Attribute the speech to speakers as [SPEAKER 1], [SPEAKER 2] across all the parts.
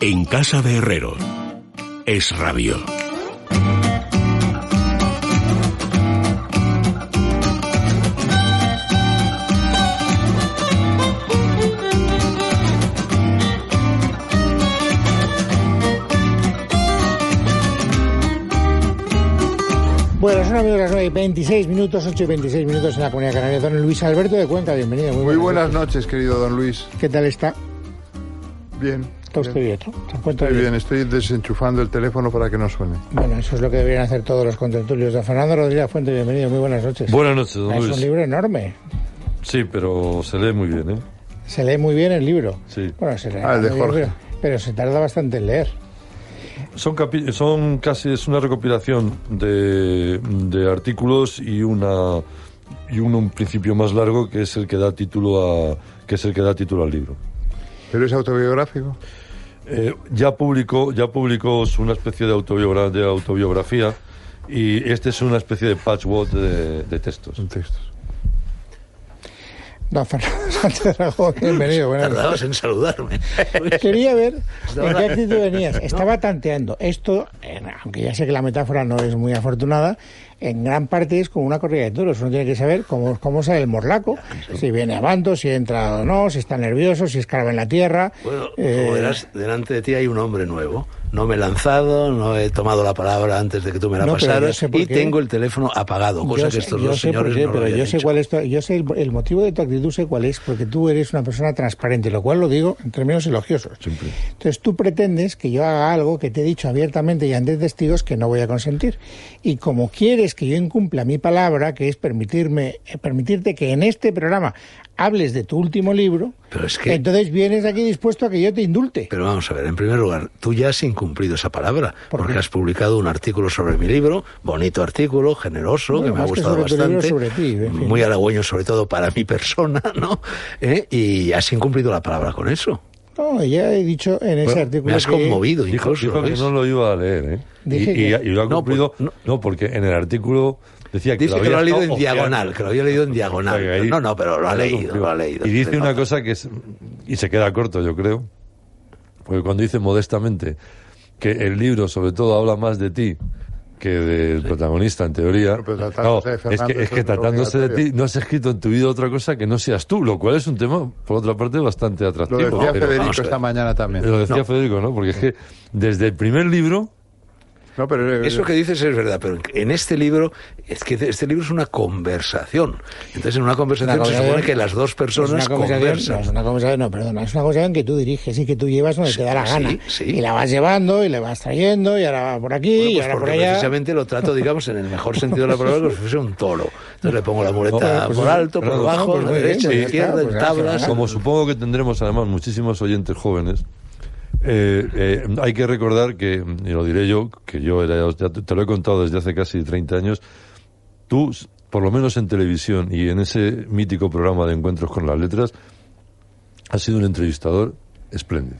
[SPEAKER 1] En Casa de Herrero. Es Radio.
[SPEAKER 2] Bueno, son amigos las 9 y 26 minutos, 8 y 26 minutos en la comunidad canaria. Don Luis Alberto de Cuenca, bienvenido.
[SPEAKER 3] Muy buenas noches, querido don Luis.
[SPEAKER 2] ¿Qué tal está?
[SPEAKER 3] Bien.
[SPEAKER 2] ¿Está usted bien? ¿no? ¿Se encuentra
[SPEAKER 3] Estoy bien, estoy desenchufando el teléfono para que no suene.
[SPEAKER 2] Bueno, eso es lo que deberían hacer todos los contentulios. Don Fernando Rodríguez Fuente, bienvenido, muy buenas noches.
[SPEAKER 4] Buenas noches, don
[SPEAKER 2] es un
[SPEAKER 4] Luis.
[SPEAKER 2] libro enorme.
[SPEAKER 4] Sí, pero se lee muy bien, ¿eh?
[SPEAKER 2] Se lee muy bien el libro.
[SPEAKER 4] Sí.
[SPEAKER 2] Bueno, se lee.
[SPEAKER 3] Ah, el de
[SPEAKER 2] muy bien,
[SPEAKER 3] Jorge.
[SPEAKER 2] Pero, pero se tarda bastante en leer.
[SPEAKER 4] Son, capi- son casi, es una recopilación de, de artículos y una y un, un principio más largo que es el que da título a que es el que da título al libro.
[SPEAKER 3] Pero es autobiográfico.
[SPEAKER 4] Eh, ya publicó ya publicó una especie de, autobiogra- de autobiografía y este es una especie de patchwork de, de textos.
[SPEAKER 3] Son textos.
[SPEAKER 2] Don Fernando Sánchez Dragón, bienvenido. Buenas noches.
[SPEAKER 5] Tardabas en saludarme.
[SPEAKER 2] Quería ver en
[SPEAKER 5] Estaba-
[SPEAKER 2] qué actitud venías. Estaba tanteando. Esto, eh, aunque ya sé que la metáfora no es muy afortunada, en gran parte es como una corrida de toros. Uno tiene que saber cómo, cómo sale el morlaco, si viene a bando, si entra o no, si está nervioso, si escarba en la tierra.
[SPEAKER 5] Bueno,
[SPEAKER 2] Eh,
[SPEAKER 5] como verás, delante de ti hay un hombre nuevo. No me he lanzado, no he tomado la palabra antes de que tú me la
[SPEAKER 2] No, pero yo
[SPEAKER 5] pasaras
[SPEAKER 2] sé por
[SPEAKER 5] y
[SPEAKER 2] qué.
[SPEAKER 5] tengo el teléfono apagado, cosa
[SPEAKER 2] yo
[SPEAKER 5] que
[SPEAKER 2] sé-
[SPEAKER 5] estos
[SPEAKER 2] yo
[SPEAKER 5] dos
[SPEAKER 2] sé por
[SPEAKER 5] señores
[SPEAKER 2] qué,
[SPEAKER 5] no lo
[SPEAKER 2] pero
[SPEAKER 5] habían
[SPEAKER 2] yo sé
[SPEAKER 5] hecho.
[SPEAKER 2] cuál es tu- yo sé el, el motivo de tu actitud sé cuál es porque tú eres una persona transparente lo cual lo digo en términos elogiosos
[SPEAKER 4] Siempre.
[SPEAKER 2] entonces tú pretendes que yo haga algo que te he dicho abiertamente y ante testigos que no voy a consentir y como quieres que yo incumpla mi palabra que es permitirme eh, permitirte que en este programa hables de tu último libro
[SPEAKER 5] Pero es que-
[SPEAKER 2] entonces vienes aquí dispuesto a que yo te indulte
[SPEAKER 5] Pero vamos a ver, en primer lugar, tú ya has incumplido esa palabra,
[SPEAKER 2] ¿Por
[SPEAKER 5] porque
[SPEAKER 2] qué?
[SPEAKER 5] has publicado un artículo sobre mi libro, bonito artículo, generoso,
[SPEAKER 2] Bueno,
[SPEAKER 5] que me ha
[SPEAKER 2] más que
[SPEAKER 5] gustado
[SPEAKER 2] sobre tu libro,
[SPEAKER 5] bastante,
[SPEAKER 2] sobre ti, en fin.
[SPEAKER 5] muy halagüeño sobre todo para mi persona, ¿no? ¿Eh? Y has incumplido la palabra con eso.
[SPEAKER 2] no ya he dicho en ese
[SPEAKER 4] Bueno, me
[SPEAKER 2] artículo
[SPEAKER 5] Me has
[SPEAKER 2] que-
[SPEAKER 5] conmovido
[SPEAKER 4] Dijo,
[SPEAKER 5] incluso.
[SPEAKER 4] dijo que
[SPEAKER 5] ¿ves?
[SPEAKER 4] no lo iba a leer, ¿eh? Y,
[SPEAKER 2] Dije
[SPEAKER 4] y-
[SPEAKER 2] que-
[SPEAKER 4] y lo ha
[SPEAKER 5] No,
[SPEAKER 4] cumplido.
[SPEAKER 5] pues,
[SPEAKER 4] No,
[SPEAKER 5] no.
[SPEAKER 4] porque en el artículo decía que
[SPEAKER 5] Dice que lo ha
[SPEAKER 4] había
[SPEAKER 5] leído en
[SPEAKER 4] estado ojeando.
[SPEAKER 5] diagonal, que lo había leído en
[SPEAKER 4] O sea, que ahí-
[SPEAKER 5] diagonal. No, no, pero lo ha
[SPEAKER 4] ahí
[SPEAKER 5] leído,
[SPEAKER 4] cumplió.
[SPEAKER 5] lo ha leído.
[SPEAKER 4] Y dice
[SPEAKER 5] Se
[SPEAKER 4] una
[SPEAKER 5] nota.
[SPEAKER 4] cosa que es. Y se queda corto, yo creo. Porque cuando dice modestamente que el libro, sobre todo, habla más de ti que del protagonista, en teoría.
[SPEAKER 3] Pero tratándose
[SPEAKER 4] No,
[SPEAKER 3] de
[SPEAKER 4] es
[SPEAKER 3] Fernando,
[SPEAKER 4] que, es
[SPEAKER 3] eso
[SPEAKER 4] que
[SPEAKER 3] es
[SPEAKER 4] tratándose de ti,
[SPEAKER 3] obligatorio.
[SPEAKER 4] no has escrito en tu vida otra cosa que no seas tú, lo cual es un tema, por otra parte, bastante
[SPEAKER 3] Lo
[SPEAKER 4] atractivo.
[SPEAKER 3] decía
[SPEAKER 4] pero-
[SPEAKER 5] vamos
[SPEAKER 3] Federico
[SPEAKER 5] a ver.
[SPEAKER 3] esta mañana también.
[SPEAKER 4] lo decía
[SPEAKER 5] No.
[SPEAKER 4] Federico, ¿no? Porque es que desde el primer libro
[SPEAKER 3] No, pero eh,
[SPEAKER 5] Eso que dices es verdad, pero en este libro, es que este libro es una conversación. Entonces, en una conversación
[SPEAKER 2] Una
[SPEAKER 5] se supone
[SPEAKER 2] conversación-
[SPEAKER 5] que las dos personas
[SPEAKER 2] eh, es una conversación,
[SPEAKER 5] conversan.
[SPEAKER 2] No, es una conversación, no, perdona, es una conversación que tú diriges y que tú llevas donde
[SPEAKER 5] Sí,
[SPEAKER 2] te da la
[SPEAKER 5] sí,
[SPEAKER 2] gana.
[SPEAKER 5] sí.
[SPEAKER 2] Y la vas llevando y la vas trayendo y ahora va por aquí
[SPEAKER 5] Bueno,
[SPEAKER 2] y
[SPEAKER 5] pues
[SPEAKER 2] ahora por
[SPEAKER 5] porque
[SPEAKER 2] allá.
[SPEAKER 5] precisamente lo trato, digamos, en el mejor sentido de la palabra, como si fuese un toro. Entonces le
[SPEAKER 2] Oh,
[SPEAKER 5] pongo la muleta
[SPEAKER 4] No, pues
[SPEAKER 5] por
[SPEAKER 4] eso-
[SPEAKER 5] alto, por
[SPEAKER 4] claro,
[SPEAKER 5] bajo,
[SPEAKER 2] pues
[SPEAKER 5] a la
[SPEAKER 2] muy bien,
[SPEAKER 5] derecha, a
[SPEAKER 2] pues
[SPEAKER 5] la
[SPEAKER 2] ya
[SPEAKER 5] izquierda,
[SPEAKER 2] está, pues
[SPEAKER 5] en
[SPEAKER 2] ya está,
[SPEAKER 5] tablas.
[SPEAKER 2] ¿no?
[SPEAKER 4] Como supongo que tendremos además muchísimos oyentes jóvenes, eh, eh, hay que recordar que, y lo diré yo, que yo era, ya te te lo he contado desde hace casi 30 años, tú, por lo menos en televisión y en ese mítico programa de encuentros con las letras, has sido un entrevistador espléndido.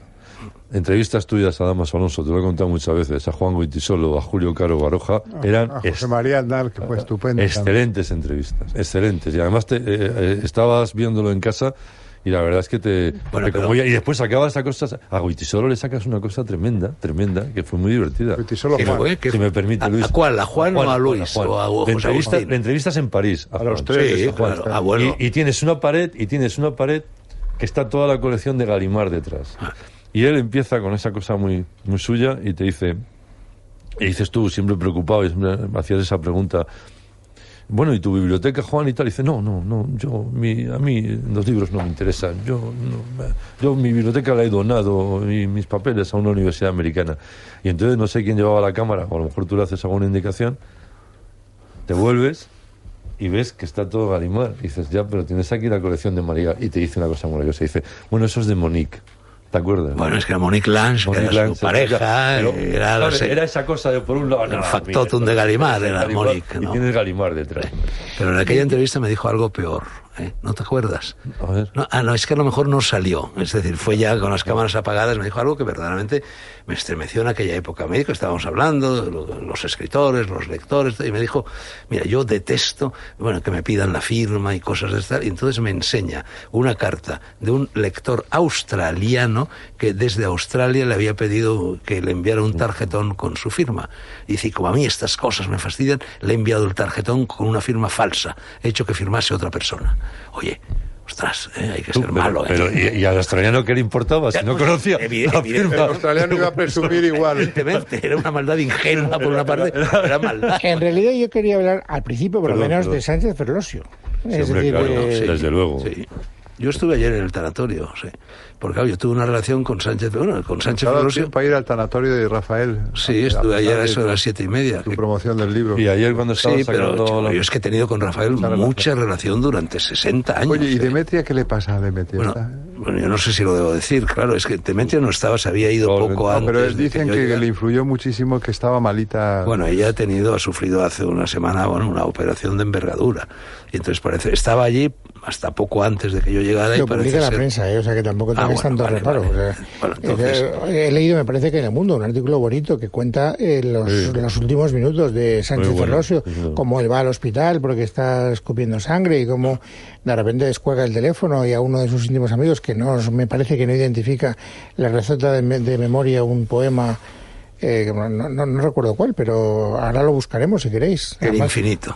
[SPEAKER 4] Entrevistas tuyas a Damas Alonso, te lo he contado muchas veces, a Juan Goitisolo, a Julio Caro Baroja, eran
[SPEAKER 3] ah, a
[SPEAKER 4] est-
[SPEAKER 3] José María Aznar, que fue estupendo. también.
[SPEAKER 4] Excelentes entrevistas, excelentes. Y además te, eh, eh, estabas viéndolo en casa y la verdad es que te...
[SPEAKER 5] Bueno,
[SPEAKER 4] te
[SPEAKER 5] pero-
[SPEAKER 4] conmovía. y después sacabas a cosas... A Guitisolo le sacas una cosa tremenda, tremenda, que fue muy divertida.
[SPEAKER 3] Y solo
[SPEAKER 5] ¿Qué
[SPEAKER 3] Juan.
[SPEAKER 5] fue? ¿Qué
[SPEAKER 4] Si
[SPEAKER 5] fue?
[SPEAKER 4] me permite,
[SPEAKER 5] ¿A-
[SPEAKER 4] Luis.
[SPEAKER 5] ¿A cuál? ¿A Juan o a Luis?
[SPEAKER 4] Juan.
[SPEAKER 5] ¿O a
[SPEAKER 4] le,
[SPEAKER 5] José
[SPEAKER 4] entrevistas,
[SPEAKER 5] Agustín?
[SPEAKER 4] le entrevistas en París.
[SPEAKER 3] A los
[SPEAKER 4] Juan.
[SPEAKER 3] tres.
[SPEAKER 5] Sí,
[SPEAKER 3] a Juan.
[SPEAKER 5] claro. Ah, bueno.
[SPEAKER 4] Y, y tienes una pared, y tienes una pared que está toda la colección de Galimar detrás.
[SPEAKER 5] Ah.
[SPEAKER 4] Y él empieza con esa cosa muy, muy suya y te dice, y dices tú, siempre preocupado, y siempre hacías esa pregunta, bueno, ¿y tu biblioteca, Juan, y tal? Y dice, no, no, no, yo, mi, a mí los libros no me interesan. Yo, no, me- yo mi biblioteca la he donado y mis papeles a una universidad americana. Y entonces no sé quién llevaba la cámara, o a lo mejor tú le haces alguna indicación, te vuelves y ves que está todo Galimar. Y dices, ya, pero tienes aquí la colección de María. Y te dice una cosa maravillosa. Dice, bueno, eso es de Monique. ¿Te acuerdas?
[SPEAKER 5] Bueno, es que era Monique Lange, que
[SPEAKER 4] Monique
[SPEAKER 5] era
[SPEAKER 4] Lange,
[SPEAKER 5] su pareja,
[SPEAKER 4] pero,
[SPEAKER 5] era, la
[SPEAKER 4] ¿sabes?
[SPEAKER 5] se-
[SPEAKER 4] Era esa cosa de por un lado.
[SPEAKER 5] El
[SPEAKER 4] nada,
[SPEAKER 5] factotum
[SPEAKER 4] mira,
[SPEAKER 5] de Galimar, era
[SPEAKER 4] Galimar,
[SPEAKER 5] Monique,
[SPEAKER 4] Y
[SPEAKER 5] ¿no?
[SPEAKER 4] tienes Galimar detrás.
[SPEAKER 5] Pero en aquella entrevista me dijo algo peor. ¿eh? ¿No te acuerdas?
[SPEAKER 4] A ver.
[SPEAKER 5] No, ah, no, es que a lo mejor no salió. Es decir, fue ya con las cámaras apagadas, me dijo algo que verdaderamente me estremeció en aquella época. Me dijo, estábamos hablando, lo- los escritores, los lectores, y me dijo, mira, yo detesto, bueno, que me pidan la firma y cosas de estas. Y entonces me enseña una carta de un lector australiano que desde Australia le había pedido que le enviara un tarjetón con su firma. Y dice, como a mí estas cosas me fastidian, le he enviado el tarjetón con una firma falsa. He hecho que firmase otra persona. Oye, ostras, eh, hay que ser
[SPEAKER 4] Pero-
[SPEAKER 5] malo. ¿eh? pues,
[SPEAKER 4] pero y, y al australiano que le importaba, si no conocía
[SPEAKER 5] evi-
[SPEAKER 4] la
[SPEAKER 5] evidente-
[SPEAKER 4] firma.
[SPEAKER 3] El australiano iba a presumir igual.
[SPEAKER 5] Evidentemente, era una maldad ingenua por una parte, pero era maldad.
[SPEAKER 2] En realidad yo quería hablar al principio, por lo
[SPEAKER 4] Perdón,
[SPEAKER 2] menos,
[SPEAKER 4] perdón.
[SPEAKER 2] de Sánchez Ferlosio.
[SPEAKER 4] Sí, hombre, claro,
[SPEAKER 2] de-
[SPEAKER 4] sí. desde luego.
[SPEAKER 5] sí. Yo estuve ayer en el tanatorio, sí. Porque claro, yo tuve una relación con Sánchez, bueno, con Sánchez
[SPEAKER 3] Dado
[SPEAKER 5] Ferrosio.
[SPEAKER 3] tiempo a ir al tanatorio de Rafael.
[SPEAKER 5] Sí, estuve
[SPEAKER 3] A-
[SPEAKER 5] ayer
[SPEAKER 3] a-
[SPEAKER 5] a eso de las siete y media.
[SPEAKER 3] Tu
[SPEAKER 5] que-
[SPEAKER 3] promoción del libro.
[SPEAKER 4] Y ayer cuando estaba
[SPEAKER 5] Sí, pero
[SPEAKER 4] sacando
[SPEAKER 5] chico,
[SPEAKER 4] la-
[SPEAKER 5] yo es que he tenido con Rafael
[SPEAKER 3] relación.
[SPEAKER 5] mucha relación durante 60 años.
[SPEAKER 3] Oye, ¿y
[SPEAKER 5] eh.
[SPEAKER 3] Demetria qué le pasa a Demetria?
[SPEAKER 5] Bueno,
[SPEAKER 3] Está-
[SPEAKER 5] bueno, yo no sé si lo debo decir, claro, es que Demetrio no estaba, se había ido
[SPEAKER 4] Pobre,
[SPEAKER 5] poco
[SPEAKER 4] no,
[SPEAKER 5] antes.
[SPEAKER 3] pero
[SPEAKER 5] de
[SPEAKER 3] dicen
[SPEAKER 5] yo
[SPEAKER 3] que,
[SPEAKER 5] llegara.
[SPEAKER 3] le influyó muchísimo que estaba malita.
[SPEAKER 5] Bueno, ella ha tenido, ha sufrido hace una semana bueno, una operación de envergadura. Y entonces parece, estaba allí hasta poco antes de que yo llegara y
[SPEAKER 2] Lo
[SPEAKER 5] parece
[SPEAKER 2] publica la
[SPEAKER 5] ser-
[SPEAKER 2] prensa, ¿eh? o sea que tampoco
[SPEAKER 5] Ah, bueno,
[SPEAKER 2] tengas tanto
[SPEAKER 5] vale,
[SPEAKER 2] reparo.
[SPEAKER 5] vale.
[SPEAKER 2] o sea,
[SPEAKER 5] Bueno, entonces-
[SPEAKER 2] eh, he leído, me parece que en el mundo, un artículo bonito que cuenta eh, los, los últimos minutos de Sánchez
[SPEAKER 4] Muy bueno,
[SPEAKER 2] Ferlosio,
[SPEAKER 4] desde luego.
[SPEAKER 2] cómo él va al hospital porque está escupiendo sangre y cómo de repente descuelga el teléfono y a uno de sus íntimos amigos, que no me parece que no identifica la receta de, me- de memoria un poema. eh, que no, no- no recuerdo cuál, pero ahora lo buscaremos si queréis.
[SPEAKER 5] El
[SPEAKER 2] Además-
[SPEAKER 5] infinito.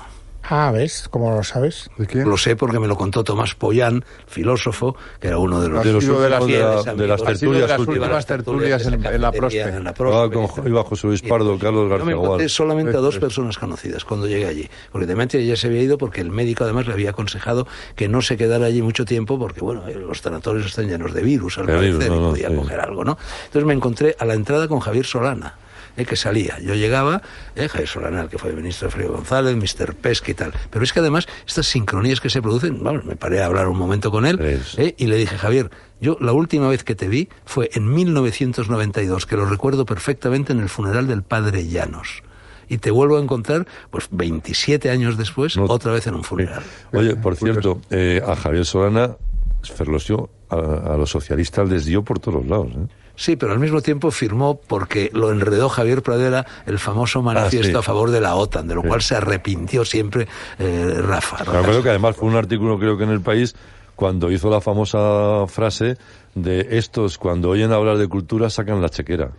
[SPEAKER 2] Ah, ¿ves? ¿Cómo lo sabes?
[SPEAKER 3] ¿De quién?
[SPEAKER 5] Lo sé porque me lo contó Tomás Pollán, filósofo, que era uno de los,
[SPEAKER 4] de los
[SPEAKER 3] Archivo de las-
[SPEAKER 4] últimos de, la-
[SPEAKER 5] fieles
[SPEAKER 4] de
[SPEAKER 5] amigos.
[SPEAKER 4] las
[SPEAKER 3] Ha sido
[SPEAKER 4] tertulias
[SPEAKER 3] de las
[SPEAKER 4] últimas.
[SPEAKER 3] últimas tertulias en, en la
[SPEAKER 5] cafetería,
[SPEAKER 3] Prospe.
[SPEAKER 5] en la
[SPEAKER 4] Ah,
[SPEAKER 5] Prospe.
[SPEAKER 4] con- iba José Luis Pardo, Carlos
[SPEAKER 5] Yo me
[SPEAKER 4] García
[SPEAKER 5] encontré
[SPEAKER 4] Gual. Este
[SPEAKER 5] solamente a dos
[SPEAKER 3] Eso es.
[SPEAKER 5] personas conocidas cuando llegué allí. Porque Demetria ya se había ido porque el médico además le había aconsejado que no se quedara allí mucho tiempo porque, bueno, eh, los sanatorios están llenos de virus, al
[SPEAKER 4] De virus,
[SPEAKER 5] parecer, y
[SPEAKER 4] no, no,
[SPEAKER 5] podía
[SPEAKER 4] sí.
[SPEAKER 5] coger algo, ¿no? Entonces me encontré a la entrada con Javier Solana. eh, que salía. Yo llegaba, eh, Javier Solana, el que fue ministro de Frío González, Mr. Pesca y tal. Pero es que además, estas sincronías que se producen, vamos, me paré a hablar un momento con él,
[SPEAKER 4] Es.
[SPEAKER 5] eh, y le dije, Javier, yo la última vez que te vi fue en 1992, que lo recuerdo perfectamente en el funeral del padre Llanos. Y te vuelvo a encontrar, pues 27 años después,
[SPEAKER 4] No.
[SPEAKER 5] otra vez en un funeral.
[SPEAKER 4] Oye, por cierto, eh, a Javier Solana, Ferlosio, a, a los socialistas les dio por todos lados. ¿eh?
[SPEAKER 5] Sí, pero al mismo tiempo firmó porque lo enredó Javier Pradera el famoso manifiesto
[SPEAKER 4] Ah, sí.
[SPEAKER 5] a favor de la OTAN, de lo cual se arrepintió siempre eh, Rafa.
[SPEAKER 4] Me
[SPEAKER 5] Rafa.
[SPEAKER 4] acuerdo que además fue un artículo, creo que en El País, cuando hizo la famosa frase de estos, cuando oyen hablar de cultura, sacan la chequera.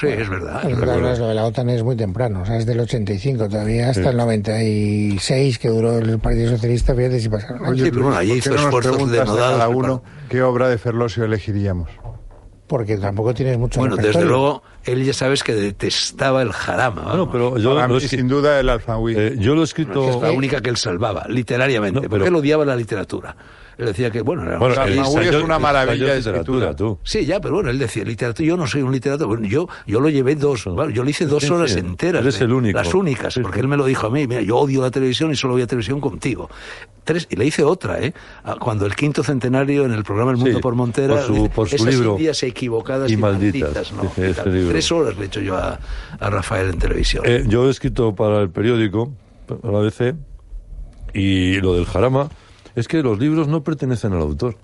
[SPEAKER 5] Sí, es
[SPEAKER 4] Ah,
[SPEAKER 5] verdad.
[SPEAKER 2] Pues
[SPEAKER 5] es verdad.
[SPEAKER 2] claro, lo de la OTAN es muy temprano, o sea, es del 85 todavía, hasta el 96 que duró el Partido Socialista, fíjate si pasaron. años.
[SPEAKER 5] Oye, pero bueno, ahí
[SPEAKER 3] ¿Por
[SPEAKER 5] hizo
[SPEAKER 3] qué no nos
[SPEAKER 5] esfuerzos
[SPEAKER 3] preguntas a
[SPEAKER 5] denodados
[SPEAKER 3] cada
[SPEAKER 5] para-
[SPEAKER 3] uno qué obra de Ferlosio elegiríamos?
[SPEAKER 2] Porque tampoco tienes mucho
[SPEAKER 5] Bueno, desde
[SPEAKER 2] repertorio.
[SPEAKER 5] luego, él ya sabes que detestaba el jarama.
[SPEAKER 4] Bueno,
[SPEAKER 5] vamos.
[SPEAKER 4] pero Pues yo,
[SPEAKER 3] Para
[SPEAKER 4] lo,
[SPEAKER 3] mí,
[SPEAKER 4] he
[SPEAKER 3] sin
[SPEAKER 4] escri-
[SPEAKER 3] duda, el alfahui.
[SPEAKER 4] eh, yo lo he
[SPEAKER 5] Es
[SPEAKER 4] escrito...
[SPEAKER 5] la única que él salvaba, literariamente,
[SPEAKER 4] No, pero-
[SPEAKER 5] porque él odiaba la literatura. Él decía que, bueno, era un
[SPEAKER 4] Bueno,
[SPEAKER 3] Alfahui
[SPEAKER 4] el
[SPEAKER 3] es
[SPEAKER 4] ensayo-
[SPEAKER 3] una
[SPEAKER 4] el
[SPEAKER 3] maravilla
[SPEAKER 4] ensayo
[SPEAKER 3] de
[SPEAKER 4] literatura,
[SPEAKER 3] escritura.
[SPEAKER 4] tú.
[SPEAKER 5] Sí, ya, pero bueno, él decía, literatura, yo no soy un literato. Bueno, yo, yo lo llevé dos, bueno, yo lo hice dos
[SPEAKER 4] Sí,
[SPEAKER 5] horas
[SPEAKER 4] sí,
[SPEAKER 5] enteras.
[SPEAKER 4] eres
[SPEAKER 5] eh,
[SPEAKER 4] el único.
[SPEAKER 5] Las únicas,
[SPEAKER 4] Sí,
[SPEAKER 5] porque
[SPEAKER 4] sí.
[SPEAKER 5] él me lo dijo a mí, mira, yo odio la televisión y solo voy a televisión contigo. Tres, y le hice otra, ¿eh? A- Cuando el quinto centenario en el programa El Mundo
[SPEAKER 4] Sí,
[SPEAKER 5] por Montera.
[SPEAKER 4] por su-
[SPEAKER 5] dice,
[SPEAKER 4] por su
[SPEAKER 5] "Esas
[SPEAKER 4] libro.
[SPEAKER 5] Indias equivocadas y,
[SPEAKER 4] Y malditas",
[SPEAKER 5] ¿no?
[SPEAKER 4] dice
[SPEAKER 5] Y
[SPEAKER 4] ese
[SPEAKER 5] tal.
[SPEAKER 4] libro.
[SPEAKER 5] Tres horas le he hecho yo a, a Rafael en televisión.
[SPEAKER 4] Eh, yo he escrito para el periódico, para la ABC, y lo del jarama es que los libros no pertenecen al autor.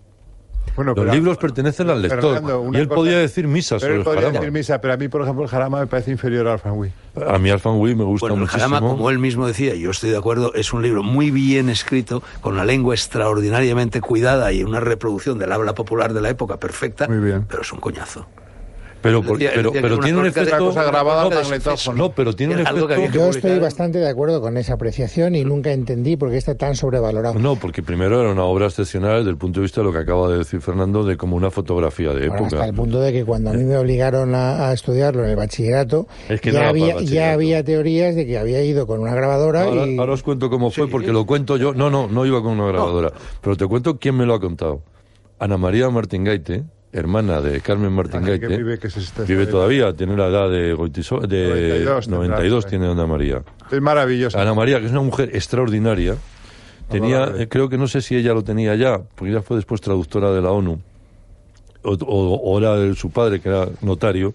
[SPEAKER 3] Bueno,
[SPEAKER 4] Los libros pertenecen al lector.
[SPEAKER 3] Fernando,
[SPEAKER 4] y
[SPEAKER 3] una
[SPEAKER 4] él
[SPEAKER 3] cosa-
[SPEAKER 4] podía decir
[SPEAKER 3] Pero
[SPEAKER 4] misas sobre
[SPEAKER 3] él
[SPEAKER 4] el
[SPEAKER 3] podría
[SPEAKER 4] jarama.
[SPEAKER 3] decir misa, pero a mí, por ejemplo, el jarama me parece inferior al alfahui.
[SPEAKER 4] A mí Alfanwi me gusta
[SPEAKER 5] Bueno, el
[SPEAKER 4] muchísimo.
[SPEAKER 5] Jarama, Pues como él mismo decía, y yo estoy de acuerdo, es un libro muy bien escrito, con la lengua extraordinariamente cuidada y una reproducción del habla popular de la época perfecta,
[SPEAKER 3] Muy bien.
[SPEAKER 5] pero es un coñazo.
[SPEAKER 4] pero por-
[SPEAKER 5] decía-
[SPEAKER 4] pero,
[SPEAKER 5] decía que
[SPEAKER 4] pero
[SPEAKER 5] era
[SPEAKER 4] tiene
[SPEAKER 5] una
[SPEAKER 4] un
[SPEAKER 5] crónica de-
[SPEAKER 4] efecto...
[SPEAKER 3] una cosa grabada
[SPEAKER 4] no,
[SPEAKER 3] con
[SPEAKER 4] pero-
[SPEAKER 3] magnetófono.
[SPEAKER 4] No, pero tiene un
[SPEAKER 5] Era algo que había
[SPEAKER 4] efecto...
[SPEAKER 5] que
[SPEAKER 2] Yo
[SPEAKER 5] publicar.
[SPEAKER 2] estoy bastante de acuerdo con esa apreciación y nunca entendí por qué está tan sobrevalorado.
[SPEAKER 4] No, porque primero era una obra excepcional desde el punto de vista de lo que acaba de decir Fernando, de como una fotografía de
[SPEAKER 2] Bueno,
[SPEAKER 4] época.
[SPEAKER 2] hasta el punto de que cuando a mí me obligaron a, a estudiarlo en el bachillerato,
[SPEAKER 4] Es que
[SPEAKER 2] ya,
[SPEAKER 4] no era para el
[SPEAKER 2] había, ya
[SPEAKER 4] bachillerato.
[SPEAKER 2] había teorías de que había ido con una grabadora
[SPEAKER 4] Ahora,
[SPEAKER 2] y...
[SPEAKER 4] ahora os cuento cómo fue, porque lo cuento yo. No, no, no iba con una grabadora. Pero te cuento quién me lo ha contado. Ana María Martín Gaite, hermana de Carmen Martín
[SPEAKER 3] La que
[SPEAKER 4] Gaite.
[SPEAKER 3] vive, que este se está-
[SPEAKER 4] vive todavía, tiene la edad de, Goitiso- de
[SPEAKER 3] 92
[SPEAKER 4] 92,
[SPEAKER 3] tendrá, sí.
[SPEAKER 4] tiene Ana María.
[SPEAKER 3] Es maravilloso.
[SPEAKER 4] Ana María, que es una mujer extraordinaria, tenía,
[SPEAKER 3] Adorable.
[SPEAKER 4] eh, creo que no sé si ella lo tenía ya, porque ella fue después traductora de la ONU, o, o- o era de su padre, que era notario,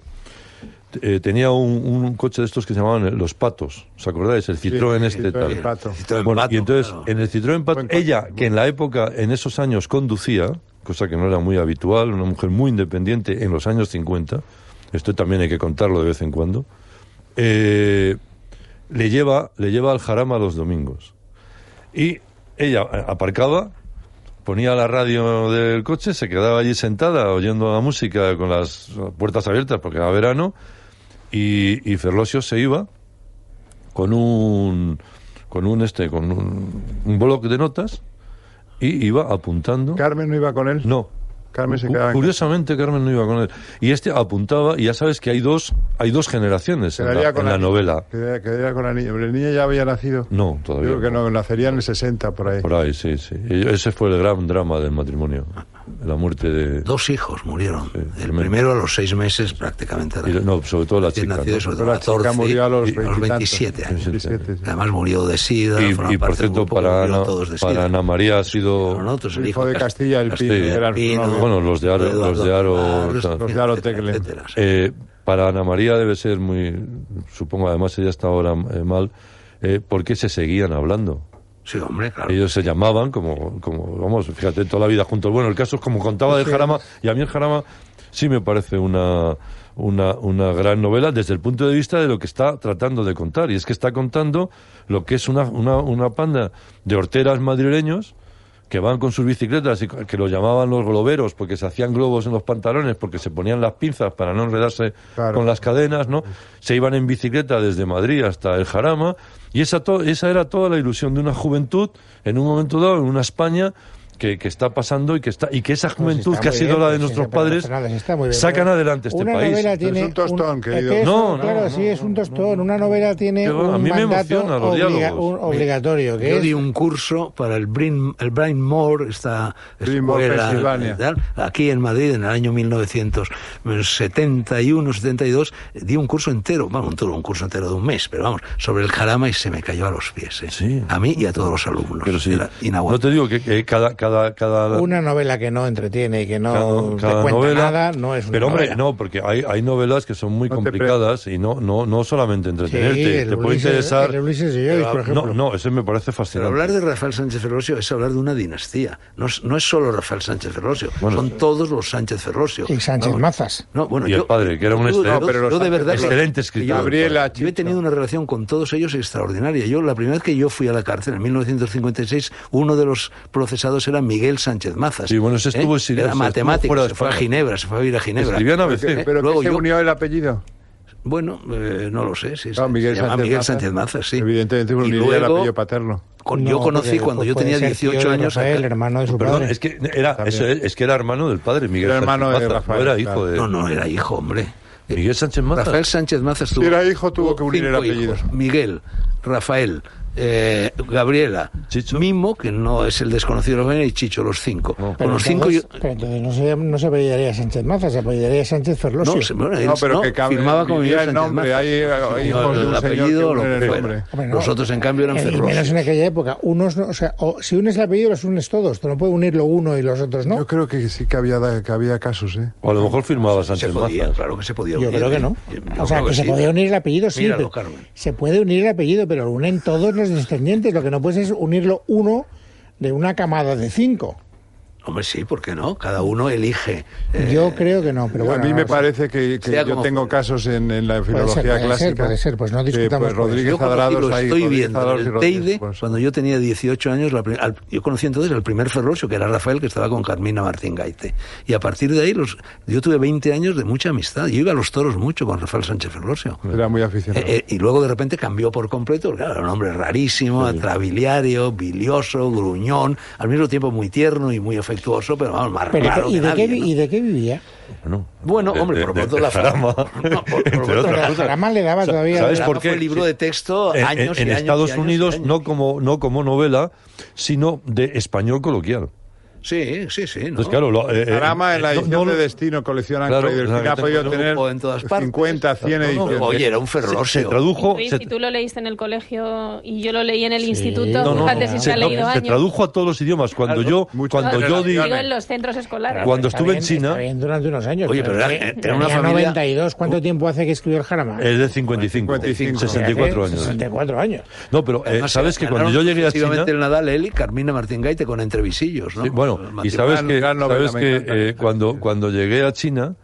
[SPEAKER 4] eh, tenía un, un coche de estos que se llamaban los patos, ¿os acordáis? El Citroën
[SPEAKER 3] el
[SPEAKER 4] este
[SPEAKER 3] Citroën
[SPEAKER 4] tal.
[SPEAKER 3] Pato.
[SPEAKER 5] Citroën
[SPEAKER 4] Bueno,
[SPEAKER 5] Pato, Ah.
[SPEAKER 4] y entonces
[SPEAKER 5] claro.
[SPEAKER 4] en el Citroën Pato,
[SPEAKER 3] Buen coche.
[SPEAKER 4] ella que en la época, en esos años conducía, cosa que no era muy habitual, una mujer muy independiente en los años 50, esto también hay que contarlo de vez en cuando, eh, le lleva le lleva al jarama los domingos. Y ella eh, aparcaba, ponía la radio del coche, se quedaba allí sentada oyendo la música con las puertas abiertas porque era verano, y, y Ferlosio se iba con un con un este con un, un bloc de notas y iba apuntando
[SPEAKER 3] Carmen no iba con él.
[SPEAKER 4] no
[SPEAKER 3] Carmen se
[SPEAKER 4] Cu-
[SPEAKER 3] quedaba en
[SPEAKER 4] curiosamente Carmen no iba con él y este apuntaba y ya sabes que hay dos hay dos generaciones en
[SPEAKER 3] Quedaría
[SPEAKER 4] la,
[SPEAKER 3] con
[SPEAKER 4] en la novela
[SPEAKER 3] Quedaría, quedaría con la niña. Pero el niño ya había nacido.
[SPEAKER 4] no
[SPEAKER 3] Yo
[SPEAKER 4] todavía
[SPEAKER 3] creo que no, nacería en el 60 por ahí.
[SPEAKER 4] por ahí sí sí Y ese fue el gran drama del matrimonio la muerte de
[SPEAKER 5] Dos hijos murieron. el
[SPEAKER 4] tremendo.
[SPEAKER 5] primero a los seis meses prácticamente.
[SPEAKER 4] y- no sobre todo la
[SPEAKER 5] Recién
[SPEAKER 4] chica
[SPEAKER 5] nacido,
[SPEAKER 4] ¿no?
[SPEAKER 5] sobre todo
[SPEAKER 3] Pero la chica
[SPEAKER 5] 14,
[SPEAKER 3] murió a los
[SPEAKER 5] y- a los 27 años.
[SPEAKER 3] 27, sí. Ah,
[SPEAKER 5] Además murió de SIDA.
[SPEAKER 4] y,
[SPEAKER 5] forma
[SPEAKER 4] y, por
[SPEAKER 5] parte del
[SPEAKER 4] cierto
[SPEAKER 5] grupo que
[SPEAKER 4] para
[SPEAKER 5] murió
[SPEAKER 4] Ana,
[SPEAKER 5] todos de
[SPEAKER 4] para
[SPEAKER 5] SIDA.
[SPEAKER 4] Ana María ha sido
[SPEAKER 5] Pero no, otro es el
[SPEAKER 3] El pues hijo de
[SPEAKER 5] Cas-
[SPEAKER 3] Castilla, el Pino,
[SPEAKER 4] Castilla.
[SPEAKER 3] que era el
[SPEAKER 5] Pino,
[SPEAKER 3] novio.
[SPEAKER 4] Bueno, los de Aro-
[SPEAKER 5] Eduardo
[SPEAKER 4] los de Aro,
[SPEAKER 5] Barros,
[SPEAKER 4] tal.
[SPEAKER 3] Los de Aro
[SPEAKER 5] etcétera,
[SPEAKER 3] Tecle.
[SPEAKER 5] etcétera, sí.
[SPEAKER 4] Eh, para Ana María debe ser muy. Supongo, además ella está ahora eh, mal, eh, porque se seguían hablando.
[SPEAKER 5] Sí, hombre, claro.
[SPEAKER 4] Ellos se llamaban, como, como, vamos, fíjate, toda la vida juntos. Bueno, el caso es como contaba del Jarama, y a mí el Jarama sí me parece una, una, una gran novela desde el punto de vista de lo que está tratando de contar. Y es que está contando lo que es una, una, una panda de horteras madrileños que van con sus bicicletas y co- que los llamaban los globeros porque se hacían globos en los pantalones, porque se ponían las pinzas para no enredarse
[SPEAKER 3] Claro.
[SPEAKER 4] con las cadenas, ¿no? Se iban en bicicleta desde Madrid hasta el Jarama y esa, to- esa era toda la ilusión de una juventud en un momento dado, en una España que, que está pasando y que está y que esa
[SPEAKER 2] Pues
[SPEAKER 4] juventud
[SPEAKER 2] está
[SPEAKER 4] que ha
[SPEAKER 2] muy
[SPEAKER 4] sido
[SPEAKER 2] bien,
[SPEAKER 4] la de
[SPEAKER 2] pues,
[SPEAKER 4] nuestros
[SPEAKER 2] sí, pero
[SPEAKER 4] padres
[SPEAKER 2] Fernández, está muy bien.
[SPEAKER 4] sacan
[SPEAKER 2] Pero
[SPEAKER 4] adelante este
[SPEAKER 2] una
[SPEAKER 4] país.
[SPEAKER 2] novela
[SPEAKER 4] Entonces,
[SPEAKER 2] tiene
[SPEAKER 3] un tostón,
[SPEAKER 2] un-
[SPEAKER 3] querido.
[SPEAKER 2] es que eso,
[SPEAKER 4] No, no,
[SPEAKER 2] claro,
[SPEAKER 4] no,
[SPEAKER 2] sí, es un tostón. una novela tiene
[SPEAKER 4] Qué va, a
[SPEAKER 2] un
[SPEAKER 4] mí me
[SPEAKER 2] mandato
[SPEAKER 4] emocionan los diálogos.
[SPEAKER 2] un obligatorio, que
[SPEAKER 5] Yo
[SPEAKER 2] es
[SPEAKER 5] di un curso para el Brain, el Brain More, esta
[SPEAKER 3] Brain More,
[SPEAKER 5] escuela,
[SPEAKER 3] Pensilvania.
[SPEAKER 5] tal, aquí en Madrid en el año 1971, 72, di un curso entero, vamos, todo un curso entero de un mes, pero vamos, sobre el jarama y se me cayó a los pies, ¿eh?
[SPEAKER 4] Sí.
[SPEAKER 5] a mí y a todos los alumnos.
[SPEAKER 4] pero sí,
[SPEAKER 5] Era inaguantable.
[SPEAKER 4] no te digo que, que cada cada cada
[SPEAKER 2] una novela que no entretiene y que no
[SPEAKER 4] Cada-
[SPEAKER 2] te
[SPEAKER 4] cada
[SPEAKER 2] cuenta
[SPEAKER 4] novela.
[SPEAKER 2] nada, no es una
[SPEAKER 4] Pero hombre,
[SPEAKER 2] novela.
[SPEAKER 4] no, porque hay, hay novelas que son muy
[SPEAKER 3] No te pre-
[SPEAKER 4] complicadas y no, no, no solamente
[SPEAKER 2] Sí,
[SPEAKER 4] entretenerte,
[SPEAKER 2] el
[SPEAKER 4] te puede
[SPEAKER 2] Ulises-
[SPEAKER 4] interesar.
[SPEAKER 2] el Ulises y yo, por ejemplo.
[SPEAKER 4] No, no, ese me parece
[SPEAKER 5] Pero
[SPEAKER 4] fascinante.
[SPEAKER 5] hablar de Rafael Sánchez Ferrosio es hablar de una dinastía. No es, no es solo Rafael Sánchez Ferrosio,
[SPEAKER 4] Bueno,
[SPEAKER 5] son
[SPEAKER 4] sí.
[SPEAKER 5] todos los Sánchez Ferrosio.
[SPEAKER 2] Y Sánchez
[SPEAKER 5] Vamos,
[SPEAKER 2] Mazas.
[SPEAKER 5] No, bueno,
[SPEAKER 4] Y el
[SPEAKER 5] yo,
[SPEAKER 4] padre, que era un
[SPEAKER 5] yo-
[SPEAKER 4] excelente-
[SPEAKER 5] yo-
[SPEAKER 3] pero los
[SPEAKER 5] yo de
[SPEAKER 3] Sánchez-
[SPEAKER 5] verdad,
[SPEAKER 4] excelente escritor.
[SPEAKER 5] yo-
[SPEAKER 3] Gabriela,
[SPEAKER 5] yo he tenido una relación con todos ellos extraordinaria. Yo, la primera vez que yo fui a la cárcel, en 1956, uno de los procesados era Miguel Sánchez Mazas. ¿Eh?
[SPEAKER 4] Sí, bueno, ese estuvo en silencio,
[SPEAKER 5] Era
[SPEAKER 4] estuvo
[SPEAKER 5] matemático,
[SPEAKER 4] fuera de
[SPEAKER 5] se fue a
[SPEAKER 4] España.
[SPEAKER 5] Ginebra, se fue a vivir a Ginebra.
[SPEAKER 4] Escribían a veces.
[SPEAKER 5] Eh,
[SPEAKER 3] ¿Pero
[SPEAKER 5] luego
[SPEAKER 3] que se
[SPEAKER 5] yo-
[SPEAKER 3] unió el apellido?
[SPEAKER 5] Bueno, eh, no lo sé. Sí,
[SPEAKER 4] Ah,
[SPEAKER 3] Claro,
[SPEAKER 5] se-
[SPEAKER 3] Miguel
[SPEAKER 5] se llama
[SPEAKER 3] Sánchez
[SPEAKER 5] Miguel
[SPEAKER 3] Mazas.
[SPEAKER 5] Sánchez Mazas, sí.
[SPEAKER 3] Evidentemente,
[SPEAKER 5] Y
[SPEAKER 3] ni idea del
[SPEAKER 5] luego-
[SPEAKER 3] apellido paterno.
[SPEAKER 5] con-
[SPEAKER 2] No,
[SPEAKER 5] yo conocí
[SPEAKER 2] porque
[SPEAKER 5] cuando yo
[SPEAKER 2] puede
[SPEAKER 5] tenía
[SPEAKER 2] ser tío
[SPEAKER 5] 18
[SPEAKER 2] de
[SPEAKER 5] años.
[SPEAKER 2] Rafael, el
[SPEAKER 5] acá-
[SPEAKER 2] hermano de su
[SPEAKER 4] Perdón,
[SPEAKER 2] padre.
[SPEAKER 4] es que era,
[SPEAKER 3] También.
[SPEAKER 4] eso es, es que era hermano del padre, Miguel
[SPEAKER 3] Era
[SPEAKER 4] Sánchez
[SPEAKER 3] hermano de
[SPEAKER 4] Mazas,
[SPEAKER 3] Rafael,
[SPEAKER 4] no era hijo
[SPEAKER 3] claro.
[SPEAKER 4] de
[SPEAKER 5] No, no, era hijo, hombre.
[SPEAKER 4] Miguel Sánchez Mazas.
[SPEAKER 5] Rafael Sánchez Mazas tuvo.
[SPEAKER 3] era hijo, tuvo que unir el
[SPEAKER 5] cinco
[SPEAKER 3] apellido.
[SPEAKER 5] hijos. Miguel, Rafael, eh, Gabriela,
[SPEAKER 4] Chicho.
[SPEAKER 5] Mimo, que no es el desconocido de la familia, y Chicho, los cinco.
[SPEAKER 4] No.
[SPEAKER 5] Con
[SPEAKER 2] Pero
[SPEAKER 5] los cinco.
[SPEAKER 2] entonces,
[SPEAKER 5] yo-
[SPEAKER 2] pero entonces no se, no se apellidaría Sánchez Mazas, se apellidaría Sánchez Ferlosio.
[SPEAKER 5] No, se- bueno, él
[SPEAKER 3] No, pero
[SPEAKER 5] no,
[SPEAKER 3] que cabe-
[SPEAKER 5] firmaba como Miguel
[SPEAKER 3] vivía el
[SPEAKER 5] Sánchez
[SPEAKER 3] nombre,
[SPEAKER 5] Mazas.
[SPEAKER 3] hay, eh,
[SPEAKER 5] No,
[SPEAKER 3] hijos de
[SPEAKER 5] el
[SPEAKER 3] un señor que
[SPEAKER 5] apellido, lo
[SPEAKER 3] unen
[SPEAKER 5] que
[SPEAKER 3] el
[SPEAKER 5] fuera.
[SPEAKER 3] nombre.
[SPEAKER 2] Hombre, no.
[SPEAKER 5] Los otros, en cambio, eran
[SPEAKER 2] Eh, Y menos
[SPEAKER 5] ferrosos.
[SPEAKER 2] en aquella época. Unos no, o sea, o si unes el apellido, los unes todos. Tú no puedes unirlo uno y los otros no.
[SPEAKER 3] Yo creo que sí que había, da- que había casos, ¿eh?
[SPEAKER 4] O a lo mejor firmaba
[SPEAKER 5] Se
[SPEAKER 4] Sánchez
[SPEAKER 5] podía,
[SPEAKER 4] Mazas.
[SPEAKER 5] claro que se podía.
[SPEAKER 2] Yo
[SPEAKER 5] unir,
[SPEAKER 2] creo que no.
[SPEAKER 5] Yo
[SPEAKER 2] O sea,
[SPEAKER 5] creo
[SPEAKER 2] que se
[SPEAKER 5] sí.
[SPEAKER 2] podía unir el apellido, sí.
[SPEAKER 5] Míralo,
[SPEAKER 2] pero
[SPEAKER 5] Carmen.
[SPEAKER 2] Se puede unir el apellido, pero lo unen todos los descendientes. Lo que no puedes es unirlo uno de una camada de cinco.
[SPEAKER 5] Hombre, sí, ¿por qué no? Cada uno elige. eh,
[SPEAKER 2] Yo creo que no, pero bueno.
[SPEAKER 3] a mí
[SPEAKER 2] no
[SPEAKER 3] me
[SPEAKER 2] lo sé.
[SPEAKER 3] parece que, que
[SPEAKER 5] Sea
[SPEAKER 3] yo
[SPEAKER 5] como
[SPEAKER 3] tengo
[SPEAKER 5] fuera.
[SPEAKER 3] casos en, en la
[SPEAKER 2] Puede ser,
[SPEAKER 3] filología
[SPEAKER 2] puede
[SPEAKER 3] clásica.
[SPEAKER 2] ser, puede ser, pues no
[SPEAKER 3] que,
[SPEAKER 2] discutamos por eso.
[SPEAKER 3] Rodríguez
[SPEAKER 5] Yo cuando
[SPEAKER 3] Adrados
[SPEAKER 5] digo,
[SPEAKER 3] ahí,
[SPEAKER 5] estoy
[SPEAKER 3] Rodríguez
[SPEAKER 5] viendo
[SPEAKER 3] Adrados
[SPEAKER 5] en
[SPEAKER 3] y
[SPEAKER 5] el
[SPEAKER 3] Rodríguez,
[SPEAKER 5] Teide,
[SPEAKER 3] pues.
[SPEAKER 5] cuando yo tenía 18 años, la prim- al- yo conocí entonces el primer Ferrosio, que era Rafael, que estaba con Carmina Martín Gaite. Y a partir de ahí, los, yo tuve 20 años de mucha amistad. Yo iba a los toros mucho con Rafael Sánchez Ferrosio.
[SPEAKER 3] Era muy aficionado.
[SPEAKER 5] Eh, eh, y luego de repente cambió por completo, porque claro, era un hombre rarísimo, atrabiliario, bilioso, gruñón, al mismo tiempo muy tierno y muy afectuoso, pero vamos, más
[SPEAKER 2] Pero,
[SPEAKER 5] raro
[SPEAKER 2] ¿y,
[SPEAKER 5] que
[SPEAKER 2] de
[SPEAKER 5] nadie,
[SPEAKER 2] qué, vi-
[SPEAKER 5] ¿no?
[SPEAKER 2] ¿Y de qué vivía?
[SPEAKER 4] Bueno,
[SPEAKER 5] Bueno,
[SPEAKER 4] de-
[SPEAKER 5] hombre,
[SPEAKER 4] de-
[SPEAKER 5] por
[SPEAKER 4] de-
[SPEAKER 5] lo tanto
[SPEAKER 4] de
[SPEAKER 5] la
[SPEAKER 4] Jarama.
[SPEAKER 5] No, por- por
[SPEAKER 4] Entre
[SPEAKER 5] otro
[SPEAKER 4] otras
[SPEAKER 2] Pero
[SPEAKER 5] lado,
[SPEAKER 4] cosas.
[SPEAKER 2] Jarama le daba
[SPEAKER 4] Sa-
[SPEAKER 2] todavía-
[SPEAKER 4] ¿Sabes
[SPEAKER 5] Jarama
[SPEAKER 4] por
[SPEAKER 5] fue
[SPEAKER 4] qué?
[SPEAKER 5] libro de texto
[SPEAKER 4] En-
[SPEAKER 5] años y
[SPEAKER 4] en, en
[SPEAKER 5] años y
[SPEAKER 4] Estados
[SPEAKER 5] años y
[SPEAKER 4] Unidos
[SPEAKER 5] años.
[SPEAKER 4] no como no como novela, sino de español coloquial.
[SPEAKER 5] Sí, sí, sí. ¿no?
[SPEAKER 4] Entonces, claro, lo- eh, eh,
[SPEAKER 3] Arama en la
[SPEAKER 4] no-
[SPEAKER 3] edición
[SPEAKER 4] no lo-
[SPEAKER 3] de Destino coleccionan
[SPEAKER 4] Claro,
[SPEAKER 3] Craig Delfín,
[SPEAKER 4] claro,
[SPEAKER 3] ha podido
[SPEAKER 5] tengo
[SPEAKER 3] tener
[SPEAKER 5] grupo en todas partes.
[SPEAKER 3] 50, 100
[SPEAKER 5] No, no,
[SPEAKER 3] ediciones.
[SPEAKER 5] Oye, era un
[SPEAKER 4] se, se
[SPEAKER 5] ferrocio.
[SPEAKER 4] tradujo.
[SPEAKER 6] Luis,
[SPEAKER 4] se-
[SPEAKER 6] si tú lo leíste en el colegio y yo lo leí en el
[SPEAKER 2] Sí.
[SPEAKER 6] instituto,
[SPEAKER 4] no, no,
[SPEAKER 6] fíjate
[SPEAKER 4] no,
[SPEAKER 6] si
[SPEAKER 4] se,
[SPEAKER 6] se ha
[SPEAKER 4] no,
[SPEAKER 6] leído
[SPEAKER 4] se
[SPEAKER 6] años.
[SPEAKER 4] tradujo a todos los idiomas. Cuando
[SPEAKER 5] Claro.
[SPEAKER 4] yo,
[SPEAKER 3] Muchas
[SPEAKER 4] cuando yo di,
[SPEAKER 6] digo
[SPEAKER 3] relaciones.
[SPEAKER 6] en los centros escolares.
[SPEAKER 4] Cuando
[SPEAKER 2] Está
[SPEAKER 4] estuve en
[SPEAKER 2] bien,
[SPEAKER 4] China-
[SPEAKER 2] está bien durante unos años.
[SPEAKER 5] Oye, pero era-
[SPEAKER 2] es que
[SPEAKER 5] era una
[SPEAKER 2] tenía
[SPEAKER 5] familia-
[SPEAKER 2] 92, ¿cuánto tiempo hace que escribió el Jarama?
[SPEAKER 4] es de 55,
[SPEAKER 3] 55.
[SPEAKER 4] 64
[SPEAKER 2] Hace
[SPEAKER 4] años.
[SPEAKER 2] 64 años.
[SPEAKER 4] No, pero eh,
[SPEAKER 5] Además,
[SPEAKER 4] sabes que cuando
[SPEAKER 5] ganaron
[SPEAKER 4] yo llegué a China,
[SPEAKER 5] sucesivamente el Nadal, él y Carmina Martín Gaite con entrevisillos, ¿no?
[SPEAKER 4] Sí, bueno, y
[SPEAKER 5] Matrimonio.
[SPEAKER 4] sabes que,
[SPEAKER 3] gran novela,
[SPEAKER 4] sabes
[SPEAKER 3] me
[SPEAKER 4] que
[SPEAKER 3] encanta.
[SPEAKER 4] eh, cuando, cuando llegué a China,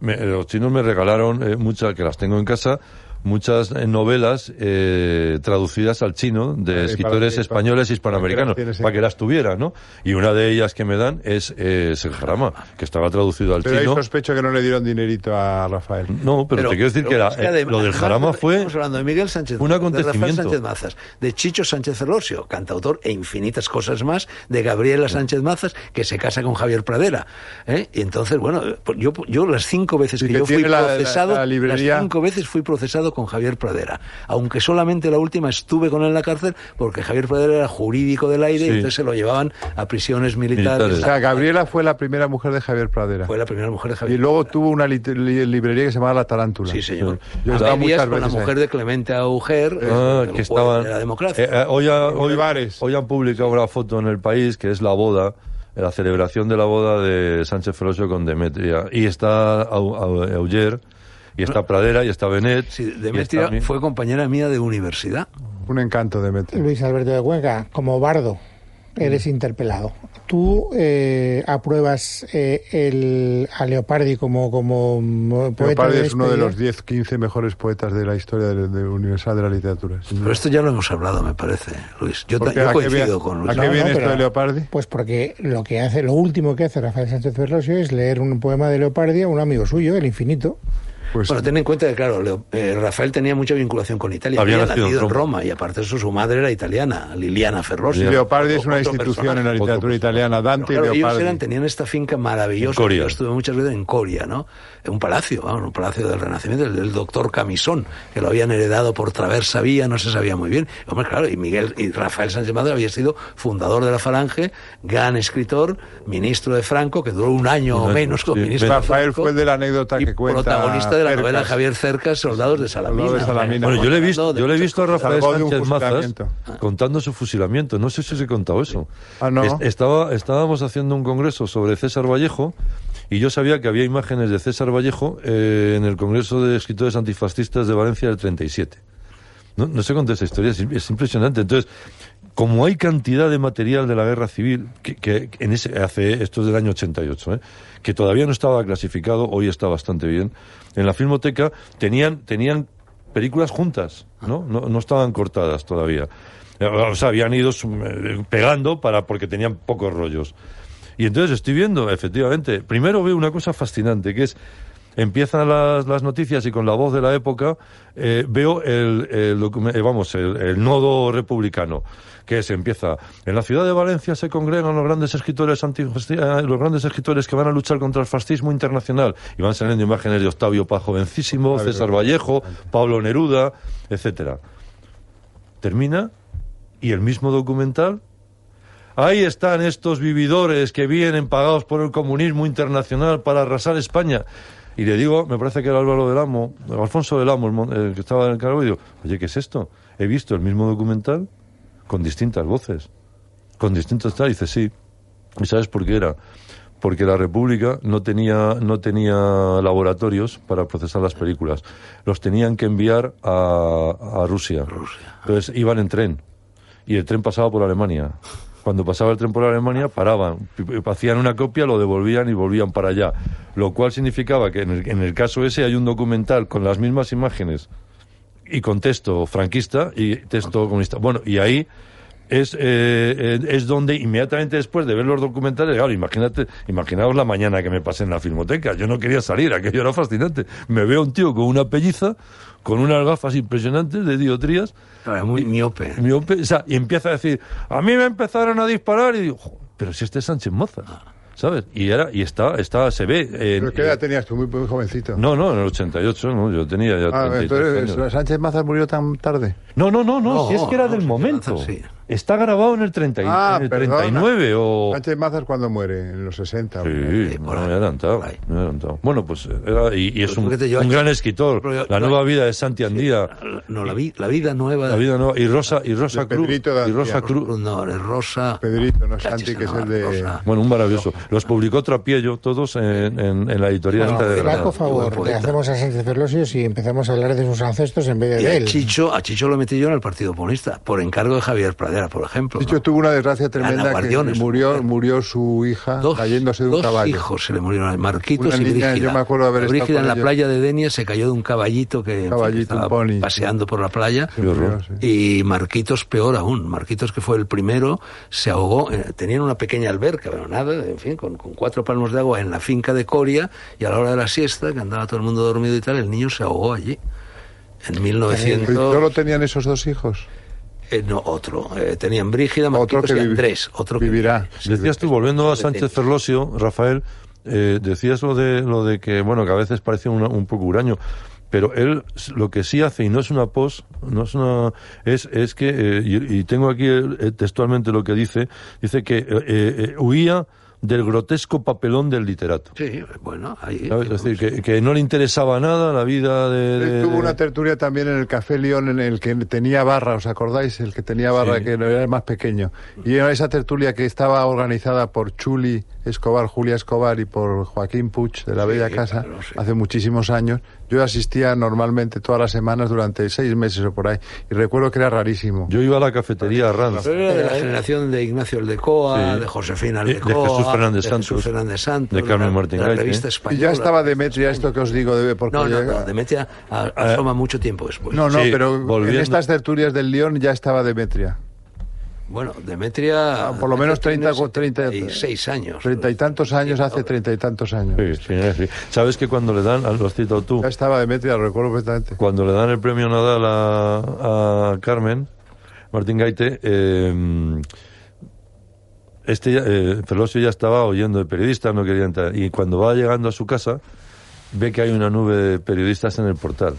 [SPEAKER 4] me- eh, los chinos me regalaron eh, muchas, que las tengo en casa, muchas eh, novelas eh, traducidas al chino de
[SPEAKER 3] para
[SPEAKER 4] escritores
[SPEAKER 3] que- para-
[SPEAKER 4] españoles e
[SPEAKER 3] para
[SPEAKER 4] hispanoamericanos,
[SPEAKER 3] que las tienes, eh.
[SPEAKER 4] para que las tuviera, ¿no? Y una de ellas que me dan es, eh, es el Jarama, que estaba traducido al
[SPEAKER 3] Pero hay
[SPEAKER 4] chino.
[SPEAKER 3] sospecho que no le dieron dinerito a Rafael.
[SPEAKER 4] No, pero, te quiero decir que,
[SPEAKER 5] pero
[SPEAKER 4] la-
[SPEAKER 5] es que
[SPEAKER 4] eh,
[SPEAKER 5] adem-
[SPEAKER 4] lo del
[SPEAKER 5] además,
[SPEAKER 4] Jarama fue...
[SPEAKER 5] Estamos hablando de Miguel Sánchez
[SPEAKER 4] un
[SPEAKER 5] Mazas, De Rafael
[SPEAKER 4] acontecimiento.
[SPEAKER 5] Sánchez Mazas, de Chicho Sánchez Elosio, cantautor e infinitas cosas más, de Gabriela Sánchez Mazas, que se casa con Javier Pradera. ¿eh? Y entonces, bueno, eh, pues yo, yo las cinco veces
[SPEAKER 3] Y
[SPEAKER 5] que,
[SPEAKER 3] que
[SPEAKER 5] yo fui
[SPEAKER 3] tiene la- la-
[SPEAKER 5] procesado,
[SPEAKER 3] la librería-
[SPEAKER 5] las cinco veces fui procesado con Javier Pradera. Aunque solamente la última estuve con él en la cárcel, porque Javier Pradera era jurídico del aire,
[SPEAKER 4] Sí.
[SPEAKER 5] y entonces se lo llevaban a prisiones militares.
[SPEAKER 4] Militares.
[SPEAKER 3] O sea, Gabriela fue la primera mujer de Javier Pradera.
[SPEAKER 5] Fue la primera mujer de Javier
[SPEAKER 3] Y luego tuvo una lit- li- librería que se llamaba La Tarántula.
[SPEAKER 5] Sí, señor.
[SPEAKER 3] Yo he
[SPEAKER 5] A
[SPEAKER 3] estado
[SPEAKER 5] medias
[SPEAKER 3] muchas
[SPEAKER 5] con la
[SPEAKER 3] veces ahí.
[SPEAKER 5] mujer de Clemente Auger, eh,
[SPEAKER 4] Ah,
[SPEAKER 5] de los
[SPEAKER 4] que
[SPEAKER 5] jueces
[SPEAKER 4] estaban.
[SPEAKER 5] de la democracia.
[SPEAKER 4] Eh, eh, hoy, ha- hoy,
[SPEAKER 3] Olivares.
[SPEAKER 4] hoy han publicado una foto en el país que es la boda, eh, la celebración de la boda de Sánchez Ferosio con Demetria. Y está Au- Au- Auger, y está Pradera, y está Benet.
[SPEAKER 5] Sí,
[SPEAKER 4] y
[SPEAKER 5] Demetria
[SPEAKER 4] está mi-
[SPEAKER 5] fue compañera mía de universidad.
[SPEAKER 3] Un encanto de meter.
[SPEAKER 2] Luis Alberto de Cuenca, como bardo, eres interpelado. ¿Tú eh, apruebas eh, el, a Leopardi como, como mm, poeta
[SPEAKER 3] Leopardi
[SPEAKER 2] de
[SPEAKER 3] es uno de
[SPEAKER 2] despedida?
[SPEAKER 3] los 10, 15 mejores poetas de la historia del- del universal de la literatura. sin duda.
[SPEAKER 5] Pero esto ya lo hemos hablado, me parece, Luis. Yo, ta-
[SPEAKER 3] Mm. Porque
[SPEAKER 5] yo
[SPEAKER 3] ¿a qué
[SPEAKER 5] coincido
[SPEAKER 3] vi-
[SPEAKER 5] con
[SPEAKER 3] a
[SPEAKER 5] Luis.
[SPEAKER 3] qué
[SPEAKER 2] No,
[SPEAKER 3] viene
[SPEAKER 2] no,
[SPEAKER 3] esto
[SPEAKER 2] pero-
[SPEAKER 3] de Leopardi?
[SPEAKER 2] Pues porque lo que hace, lo último que hace Rafael Sánchez Ferlosio es leer un poema de Leopardi a un amigo suyo, el infinito.
[SPEAKER 3] Pues
[SPEAKER 5] Bueno, ten en cuenta que, claro, Leo- eh, Rafael tenía mucha vinculación con Italia.
[SPEAKER 4] Había
[SPEAKER 5] Había
[SPEAKER 4] nacido
[SPEAKER 5] nacido
[SPEAKER 4] en
[SPEAKER 5] en
[SPEAKER 4] Roma.
[SPEAKER 5] Roma y aparte de eso su madre era italiana, Liliana Ferrosi.
[SPEAKER 3] Leopardi es una institución en la literatura italiana. Dante y
[SPEAKER 5] Claro, ellos eran,
[SPEAKER 3] Leopardi.
[SPEAKER 5] tenían esta finca maravillosa.
[SPEAKER 4] En Coria.
[SPEAKER 5] Yo estuve muchas veces en Coria, ¿no? En un palacio, vamos, un palacio del Renacimiento, el del doctor Camisón, que lo habían heredado por Traversa Vía, no se sabía muy bien. Hombre, claro, y Miguel y Rafael Sánchez Madre había sido fundador de la Falange, gran escritor, ministro de Franco, que duró un año
[SPEAKER 4] Un
[SPEAKER 5] o
[SPEAKER 4] año,
[SPEAKER 5] menos como
[SPEAKER 4] sí.
[SPEAKER 5] ministro. de
[SPEAKER 3] Rafael
[SPEAKER 5] Franco,
[SPEAKER 3] fue el de la anécdota
[SPEAKER 5] y
[SPEAKER 3] que cuenta
[SPEAKER 5] protagonista de la novela
[SPEAKER 3] Cercas.
[SPEAKER 5] Javier Cercas, Soldados de Salamina.
[SPEAKER 3] Soldados de Salamina.
[SPEAKER 4] Bueno, yo le he visto,
[SPEAKER 5] Hablando de
[SPEAKER 4] yo le he
[SPEAKER 5] muchas
[SPEAKER 4] visto a
[SPEAKER 5] cosas.
[SPEAKER 4] Rafael
[SPEAKER 3] Salvó de un
[SPEAKER 4] Sánchez Mazas
[SPEAKER 3] fusilamiento.
[SPEAKER 4] contando su fusilamiento. No sé si os he contado eso.
[SPEAKER 3] Ah, no.
[SPEAKER 4] estaba, estábamos haciendo un congreso sobre César Vallejo y yo sabía que había imágenes de César Vallejo eh, en el Congreso de Escritores Antifascistas de Valencia del 37. No, no sé contar esta historia, es, es impresionante. Entonces, como hay cantidad de material de la guerra civil, que, que en ese, hace, esto es del año 88, ¿eh? que todavía no estaba clasificado, hoy está bastante bien, en la filmoteca tenían, tenían películas juntas, ¿no? No, no estaban cortadas todavía. Eh, O sea, habían ido sum- eh, pegando para, porque tenían pocos rollos. Y entonces estoy viendo, efectivamente, primero veo una cosa fascinante, que es, empiezan las, las noticias y con la voz de la época eh, veo el, el documen- eh, vamos, el, el nodo republicano, que se empieza, en la ciudad de Valencia se congregan los grandes escritores anti los grandes escritores que van a luchar contra el fascismo internacional, y van saliendo imágenes de Octavio Paz jovencísimo,
[SPEAKER 3] Octavio
[SPEAKER 4] César
[SPEAKER 3] Paz.
[SPEAKER 4] Vallejo, Pablo Neruda, etcétera. Termina y el mismo documental Ahí están estos vividores que vienen pagados por el comunismo internacional para arrasar España. Y le digo, me parece que era Álvaro del Amo, Alfonso del Amo, el mon- el que estaba en el cargo, y digo, oye, ¿qué es esto? He visto el mismo documental con distintas voces, con distintos tal. Y dice, sí. ¿Y sabes por qué era? Porque la República no tenía, no tenía laboratorios para procesar las películas. Los tenían que enviar a, a Rusia.
[SPEAKER 5] Rusia.
[SPEAKER 4] Entonces iban en tren y el tren pasaba por Alemania. Cuando pasaba el tren por Alemania, paraban, p- hacían una copia, lo devolvían y volvían para allá. Lo cual significaba que en el, en el caso ese hay un documental con las mismas imágenes y con texto franquista y texto comunista. Bueno, y ahí es, eh, eh, es donde inmediatamente después de ver los documentales, claro, imagínate, imaginaos la mañana que me pasé en la filmoteca, yo no quería salir, aquello era fascinante. Me veo un tío con una pelliza, con unas gafas impresionantes de diotrías,
[SPEAKER 5] Era muy miope.
[SPEAKER 4] mi hombre, o sea, y empieza a decir, a mí me empezaron a disparar y digo, "Jo, pero si este es Sánchez Moza, ¿sabes? Y era, y está, está, se ve. eh,
[SPEAKER 3] ¿Pero qué edad tenías tú? Muy, muy jovencito.
[SPEAKER 4] no, no, en el 88, no, yo tenía ya
[SPEAKER 3] Ah,
[SPEAKER 4] 33
[SPEAKER 3] entonces
[SPEAKER 4] años.
[SPEAKER 3] Sánchez Mazas murió tan tarde.
[SPEAKER 4] No, no, no, no,
[SPEAKER 5] No,
[SPEAKER 4] si es que era
[SPEAKER 5] no,
[SPEAKER 4] del
[SPEAKER 5] Sánchez
[SPEAKER 4] momento.
[SPEAKER 5] Moza, sí.
[SPEAKER 4] Está grabado en el, 30 eh, y-
[SPEAKER 3] Ah,
[SPEAKER 4] en el
[SPEAKER 3] perdona.
[SPEAKER 4] 39 o...
[SPEAKER 3] Sánchez Mazas cuando muere, en los 60.
[SPEAKER 4] Sí,
[SPEAKER 5] Sí,
[SPEAKER 4] me
[SPEAKER 5] por ahí,
[SPEAKER 4] he adelantado,
[SPEAKER 5] por ahí.
[SPEAKER 4] me he adelantado. Bueno, pues era, y, y es
[SPEAKER 5] Pues
[SPEAKER 4] un,
[SPEAKER 5] fíjate, yo
[SPEAKER 4] un
[SPEAKER 5] aquí-
[SPEAKER 4] gran escritor.
[SPEAKER 5] Pero yo-
[SPEAKER 4] la
[SPEAKER 5] yo-
[SPEAKER 4] nueva vida de Santi Andía,
[SPEAKER 5] No, la, vi- la vida nueva.
[SPEAKER 4] la vida nueva, y Rosa, y Rosa
[SPEAKER 3] De
[SPEAKER 4] Cruz.
[SPEAKER 3] Pedrito de
[SPEAKER 4] Y Rosa
[SPEAKER 3] Andía.
[SPEAKER 4] Cruz.
[SPEAKER 5] No, es Rosa.
[SPEAKER 3] Pedrito, no
[SPEAKER 5] Cachis,
[SPEAKER 3] Santi, que es el
[SPEAKER 5] no,
[SPEAKER 3] de...
[SPEAKER 5] Rosa.
[SPEAKER 4] Bueno, un maravilloso. Los publicó Trapiello todos en, en- en la editorial
[SPEAKER 2] Bueno,
[SPEAKER 4] esta de Granada.
[SPEAKER 2] Flaco
[SPEAKER 5] Buen
[SPEAKER 2] favor, le
[SPEAKER 5] poeta.
[SPEAKER 2] hacemos a Sánchez Ferlosios y empezamos a hablar de sus ancestros en vez
[SPEAKER 5] Y
[SPEAKER 2] de de
[SPEAKER 5] a
[SPEAKER 2] él.
[SPEAKER 5] Chicho, a Chicho lo metí yo en el Partido Comunista, por encargo de Javier Pradera, por ejemplo.
[SPEAKER 3] Dicho,
[SPEAKER 5] ¿no?
[SPEAKER 3] tuvo una desgracia
[SPEAKER 5] Ana
[SPEAKER 3] tremenda que
[SPEAKER 5] Guardiones.
[SPEAKER 3] murió, murió su hija Ah, cayéndose de un
[SPEAKER 5] dos
[SPEAKER 3] caballo.
[SPEAKER 5] hijos se le murieron, Marquitos
[SPEAKER 3] Una
[SPEAKER 5] y
[SPEAKER 3] niña,
[SPEAKER 5] Brígida.
[SPEAKER 3] yo me acuerdo de haber estado
[SPEAKER 5] Brígida en
[SPEAKER 3] con
[SPEAKER 5] la
[SPEAKER 3] ellos.
[SPEAKER 5] playa de Denia se cayó de un caballito que en fin,
[SPEAKER 3] Caballito,
[SPEAKER 5] estaba
[SPEAKER 3] un pony.
[SPEAKER 5] paseando por la playa.
[SPEAKER 3] Se murió,
[SPEAKER 4] horror.
[SPEAKER 3] sí.
[SPEAKER 5] Y Marquitos, peor aún, Marquitos que fue el primero, se ahogó, eh, tenían una pequeña alberca, pero nada, en fin, con, con cuatro palmos de agua en la finca de Coria, y a la hora de la siesta, que andaba todo el mundo dormido y tal, el niño se ahogó allí. En
[SPEAKER 3] Pero
[SPEAKER 5] 1900...
[SPEAKER 3] ¿Solo tenían esos dos hijos?
[SPEAKER 5] Eh, no, otro. Eh, tenían Brígida,
[SPEAKER 3] Otro
[SPEAKER 5] Marquitos
[SPEAKER 3] que,
[SPEAKER 5] y
[SPEAKER 3] vivi-
[SPEAKER 5] Andrés. Otro que
[SPEAKER 3] vivirá.
[SPEAKER 4] Decías tú, volviendo a
[SPEAKER 5] Sí,
[SPEAKER 4] Sánchez
[SPEAKER 5] sí.
[SPEAKER 4] Ferlosio, Rafael, eh, decías lo de, lo de que, bueno, que a veces parece una- un poco huraño, pero él s- lo que sí hace, y no es una pos, no es una, es, es que, eh, y, y tengo aquí eh, textualmente lo que dice, dice que eh, eh, huía del grotesco papelón del literato.
[SPEAKER 5] Sí, bueno, ahí.
[SPEAKER 4] ¿sabes? Es decir, que, que no le interesaba nada la vida de... de-
[SPEAKER 3] Él tuvo
[SPEAKER 4] Eh, de-
[SPEAKER 3] una tertulia también en el Café León en el que tenía barra, ¿os acordáis? El que tenía barra,
[SPEAKER 4] Sí.
[SPEAKER 3] que no era el más pequeño. Y era esa tertulia que estaba organizada por Chuli Escobar, Julia Escobar y por Joaquín Puch de la Bella Casa
[SPEAKER 5] claro, sí.
[SPEAKER 3] hace muchísimos años. Yo asistía normalmente todas las semanas durante seis meses o por ahí. Y recuerdo que era rarísimo.
[SPEAKER 4] Yo iba a la cafetería Ranz.
[SPEAKER 5] Pero era de la generación de Ignacio Aldecoa,
[SPEAKER 4] Sí.
[SPEAKER 5] de Josefina
[SPEAKER 4] De- de
[SPEAKER 5] Aldecoa,
[SPEAKER 4] Jesús Fernández
[SPEAKER 5] de
[SPEAKER 4] Santos,
[SPEAKER 5] Jesús Fernández Santos,
[SPEAKER 4] de Carmen ¿eh?
[SPEAKER 5] la-
[SPEAKER 4] Martín
[SPEAKER 5] la
[SPEAKER 4] Gaite.
[SPEAKER 5] revista
[SPEAKER 3] Y
[SPEAKER 5] española.
[SPEAKER 3] ya estaba Demetria esto que os digo, de, porque
[SPEAKER 5] No, no,
[SPEAKER 3] llega-
[SPEAKER 5] no, Demetria a- asoma mucho tiempo después.
[SPEAKER 3] Eh, No, no,
[SPEAKER 4] Sí,
[SPEAKER 3] pero
[SPEAKER 4] volviendo.
[SPEAKER 3] en estas tertulias del León ya estaba Demetria.
[SPEAKER 5] Bueno, Demetria.
[SPEAKER 3] Ah, por lo menos 30 con 30
[SPEAKER 5] y seis años.
[SPEAKER 3] Treinta y tantos años, hace
[SPEAKER 5] treinta.
[SPEAKER 3] treinta y tantos años.
[SPEAKER 4] Sí, sí, sí. Sabes que cuando le dan, ah, lo has citado tú,
[SPEAKER 3] Ya estaba Demetria, lo recuerdo perfectamente.
[SPEAKER 4] cuando le dan el premio Nadal a, a Carmen, Martín Gaite, eh, este ya- eh, Ferlosio ya estaba oyendo de periodistas, no quería entrar. Y cuando va llegando a su casa, ve que hay una nube de periodistas en el portal.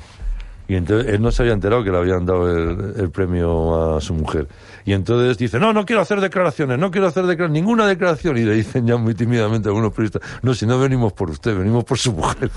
[SPEAKER 4] Y entonces él no se había enterado que le habían dado el, el premio a su mujer. Y entonces dice, no, no quiero hacer declaraciones, no quiero hacer declara- ninguna declaración. Y le dicen ya muy tímidamente algunos periodistas, no, si no venimos por usted, venimos por su mujer.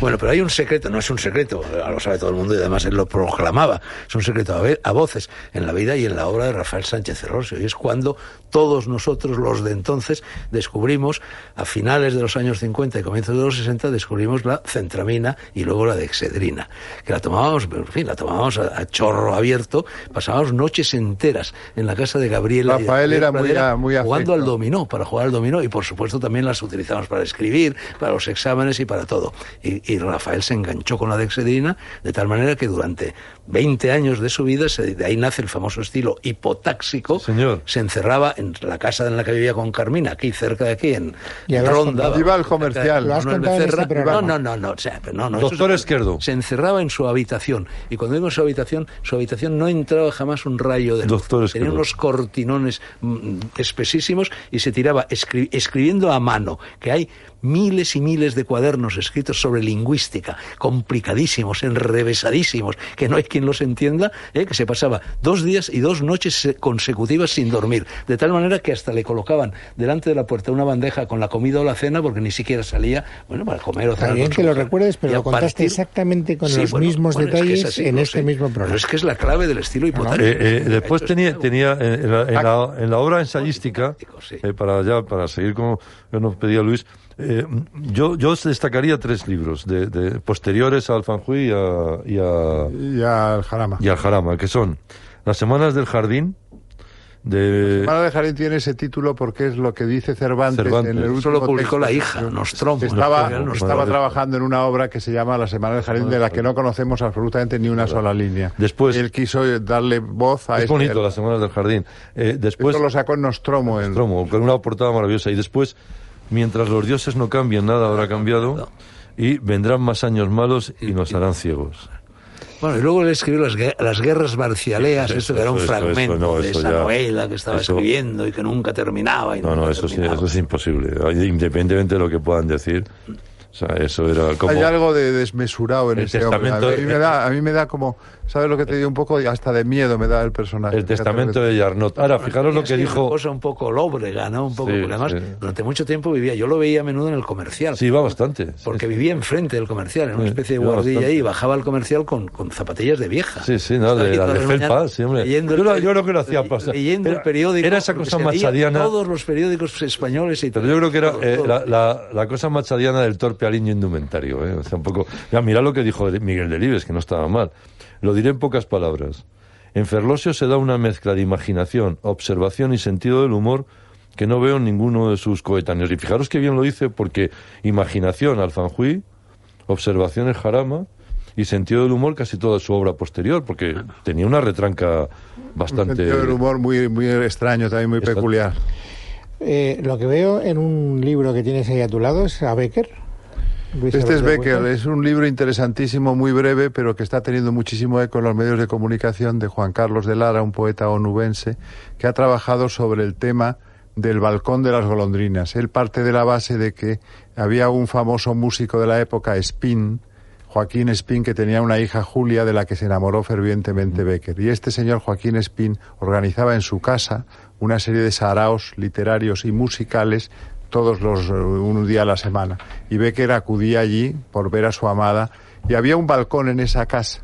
[SPEAKER 5] Bueno, pero hay un secreto, no es un secreto, eh, lo sabe todo el mundo y además él lo proclamaba, es un secreto a, ve- a voces en la vida y en la obra de Rafael Sánchez Ferrosio. Y es cuando todos nosotros, los de entonces, descubrimos, a finales de los años 50 y comienzos de los 60, descubrimos la centramina y luego la dexedrina, que la tomábamos, en fin, la tomábamos a, a chorro abierto, pasábamos noches enteras en la casa de Gabriela. y de
[SPEAKER 3] Rafael era
[SPEAKER 5] Javier
[SPEAKER 3] muy
[SPEAKER 5] Pradera
[SPEAKER 3] a- muy
[SPEAKER 5] jugando
[SPEAKER 3] afecto.
[SPEAKER 5] al domingo dominó, para jugar al dominó y por supuesto también las utilizamos para escribir, para los exámenes y para todo. Y, y Rafael se enganchó con la dexedrina de tal manera que durante 20 años de su vida, se- de ahí nace el famoso estilo hipotáxico,
[SPEAKER 4] Sí, señor.
[SPEAKER 5] se encerraba en la casa en la que vivía con Carmina, aquí cerca de aquí, en
[SPEAKER 2] Y ahora has
[SPEAKER 5] Ronda.
[SPEAKER 3] contado- Iba al comercial.
[SPEAKER 2] Lo has
[SPEAKER 5] Manuel
[SPEAKER 2] contado en este
[SPEAKER 5] Becerra.
[SPEAKER 2] programa.
[SPEAKER 5] No, no, no, no, o sea, pero no, no, eso es
[SPEAKER 4] Doctor
[SPEAKER 5] otra-
[SPEAKER 4] Esquerdo.
[SPEAKER 5] Se encerraba en su habitación y cuando iba en su habitación, su habitación no entraba jamás un rayo de luz.
[SPEAKER 4] Doctor
[SPEAKER 5] Tenía
[SPEAKER 4] Esquerdo.
[SPEAKER 5] unos cortinones mm, espesísimos y se tiraba escri- escribiendo a mano, que hay miles y miles de cuadernos escritos sobre lingüística, complicadísimos, enrevesadísimos, que no hay quien los entienda, ¿eh? que se pasaba dos días y dos noches eh, consecutivas sin dormir, de tal manera que hasta le colocaban delante de la puerta una bandeja con la comida o la cena, porque ni siquiera salía, bueno, para comer o
[SPEAKER 2] Está
[SPEAKER 5] cenar.
[SPEAKER 2] bien
[SPEAKER 5] con su
[SPEAKER 2] que lo
[SPEAKER 5] mujer.
[SPEAKER 2] recuerdes, pero
[SPEAKER 5] Y a
[SPEAKER 2] lo contaste exactamente con los mismos
[SPEAKER 5] es que es
[SPEAKER 2] detalles en
[SPEAKER 5] no
[SPEAKER 2] este
[SPEAKER 5] sé.
[SPEAKER 2] mismo programa.
[SPEAKER 5] Pero es que es la clave del estilo hipotético. este
[SPEAKER 4] Eh, eh, después tenía, tenía eh, en, la, en la- en la obra ensayística,
[SPEAKER 5] Sí.
[SPEAKER 4] eh, para ya para seguir como nos pedía Luis, eh, yo, yo os destacaría tres libros de, de- posteriores al Fanjui y, a- y a-
[SPEAKER 3] Y al Jarama.
[SPEAKER 4] y al Jarama, que son Las Semanas del Jardín, de...
[SPEAKER 3] Mara de Jarín tiene ese título porque es lo que dice Cervantes,
[SPEAKER 4] Cervantes.
[SPEAKER 3] en el
[SPEAKER 5] Eso
[SPEAKER 3] último
[SPEAKER 5] lo publicó
[SPEAKER 3] texto.
[SPEAKER 5] la hija, Nostromo.
[SPEAKER 3] Que Estaba,
[SPEAKER 5] Nostromo.
[SPEAKER 3] estaba trabajando en una obra que se llama La Semana del Jardín, de la que no conocemos absolutamente ni una sola línea.
[SPEAKER 4] Después-
[SPEAKER 3] Él quiso darle voz a
[SPEAKER 4] Es
[SPEAKER 3] ese-
[SPEAKER 4] bonito, Las Semanas del Jardín. Eh, después...
[SPEAKER 3] Esto lo sacó en Nostromo. en-
[SPEAKER 4] Nostromo, con una portada maravillosa. Y después, mientras los dioses no cambien, nada habrá cambiado. Y vendrán más años malos y nos harán ciegos.
[SPEAKER 5] Bueno, y luego él escribió las, gue- las guerras barcialeas,
[SPEAKER 4] Eso,
[SPEAKER 5] esto que era un
[SPEAKER 4] eso, eso,
[SPEAKER 5] fragmento
[SPEAKER 4] eso, no,
[SPEAKER 5] de
[SPEAKER 4] eso
[SPEAKER 5] esa
[SPEAKER 4] ya-
[SPEAKER 5] novela que estaba
[SPEAKER 4] eso-
[SPEAKER 5] escribiendo y que nunca terminaba. y
[SPEAKER 4] No, no,
[SPEAKER 5] nunca
[SPEAKER 4] eso, sí,
[SPEAKER 5] terminaba.
[SPEAKER 4] eso es imposible. Independientemente de lo que puedan decir, O sea, eso era como...
[SPEAKER 3] Hay algo de desmesurado en
[SPEAKER 4] El
[SPEAKER 3] ese hombre. A
[SPEAKER 4] testamento-
[SPEAKER 3] mí, me da, a mí me da como, ¿sabes lo que te digo? Un poco hasta de miedo me da el personaje.
[SPEAKER 4] El testamento de Yarnot. Ahora, fijaros lo
[SPEAKER 5] Es
[SPEAKER 4] que
[SPEAKER 5] Una
[SPEAKER 4] dijo...
[SPEAKER 5] cosa un poco lóbrega, ¿no? Un poco,
[SPEAKER 4] Sí,
[SPEAKER 5] porque además,
[SPEAKER 4] sí.
[SPEAKER 5] durante mucho tiempo vivía, yo lo veía a menudo en el comercial.
[SPEAKER 4] Sí, va bastante. Sí,
[SPEAKER 5] Porque vivía enfrente del comercial, en una
[SPEAKER 4] Sí,
[SPEAKER 5] especie de
[SPEAKER 4] iba
[SPEAKER 5] guardilla
[SPEAKER 4] bastante.
[SPEAKER 5] ahí, y bajaba al comercial con, con zapatillas de vieja.
[SPEAKER 4] Sí, sí, no,
[SPEAKER 5] Estaba
[SPEAKER 4] de-
[SPEAKER 5] aquí
[SPEAKER 4] la
[SPEAKER 5] todas
[SPEAKER 4] de
[SPEAKER 5] las
[SPEAKER 4] felpa,
[SPEAKER 5] mañanas
[SPEAKER 4] sí, hombre.
[SPEAKER 5] leyendo
[SPEAKER 4] Yo
[SPEAKER 5] el
[SPEAKER 4] lo-
[SPEAKER 5] peri-
[SPEAKER 4] yo lo que lo hacía
[SPEAKER 5] le-
[SPEAKER 4] pasar.
[SPEAKER 5] Leyendo
[SPEAKER 4] Era-
[SPEAKER 5] el periódico.
[SPEAKER 4] era esa
[SPEAKER 5] porque
[SPEAKER 4] cosa
[SPEAKER 5] se leía
[SPEAKER 4] machadiana.
[SPEAKER 5] Todos los periódicos españoles y
[SPEAKER 4] Pero
[SPEAKER 5] tal.
[SPEAKER 4] yo creo que era
[SPEAKER 5] Todo,
[SPEAKER 4] eh,
[SPEAKER 5] todo.
[SPEAKER 4] la, la- la cosa machadiana del torpe aliño indumentario. ¿eh? O sea, un poco... Ya, mira lo que dijo de- Miguel Delibes, que no estaba mal. Lo diré en pocas palabras. En Ferlosio se da una mezcla de imaginación, observación y sentido del humor que no veo en ninguno de sus coetáneos. Y fijaros que bien lo dice porque imaginación, Alfanjuí, observación en Jarama y sentido del humor casi toda su obra posterior, porque tenía una retranca
[SPEAKER 3] Un
[SPEAKER 4] bastante...
[SPEAKER 3] sentido del humor muy, muy extraño, también muy
[SPEAKER 4] Exacto.
[SPEAKER 3] peculiar.
[SPEAKER 2] Eh, lo que veo en un libro que tienes ahí a tu lado es a Becker. Luis
[SPEAKER 3] Este es
[SPEAKER 2] Alberto
[SPEAKER 3] Becker, es un libro interesantísimo, muy breve, pero que está teniendo muchísimo eco en los medios de comunicación de Juan Carlos de Lara, un poeta onubense, que ha trabajado sobre el tema del balcón de las golondrinas. Él parte de la base de que había un famoso músico de la época, Spin, Joaquín Spin, que tenía una hija Julia de la que se enamoró fervientemente Becker. Y este señor Joaquín Spin organizaba en su casa una serie de saraos literarios y musicales todos los eh, un día a la semana. Y Becker acudía allí por ver a su amada y había un balcón en esa casa.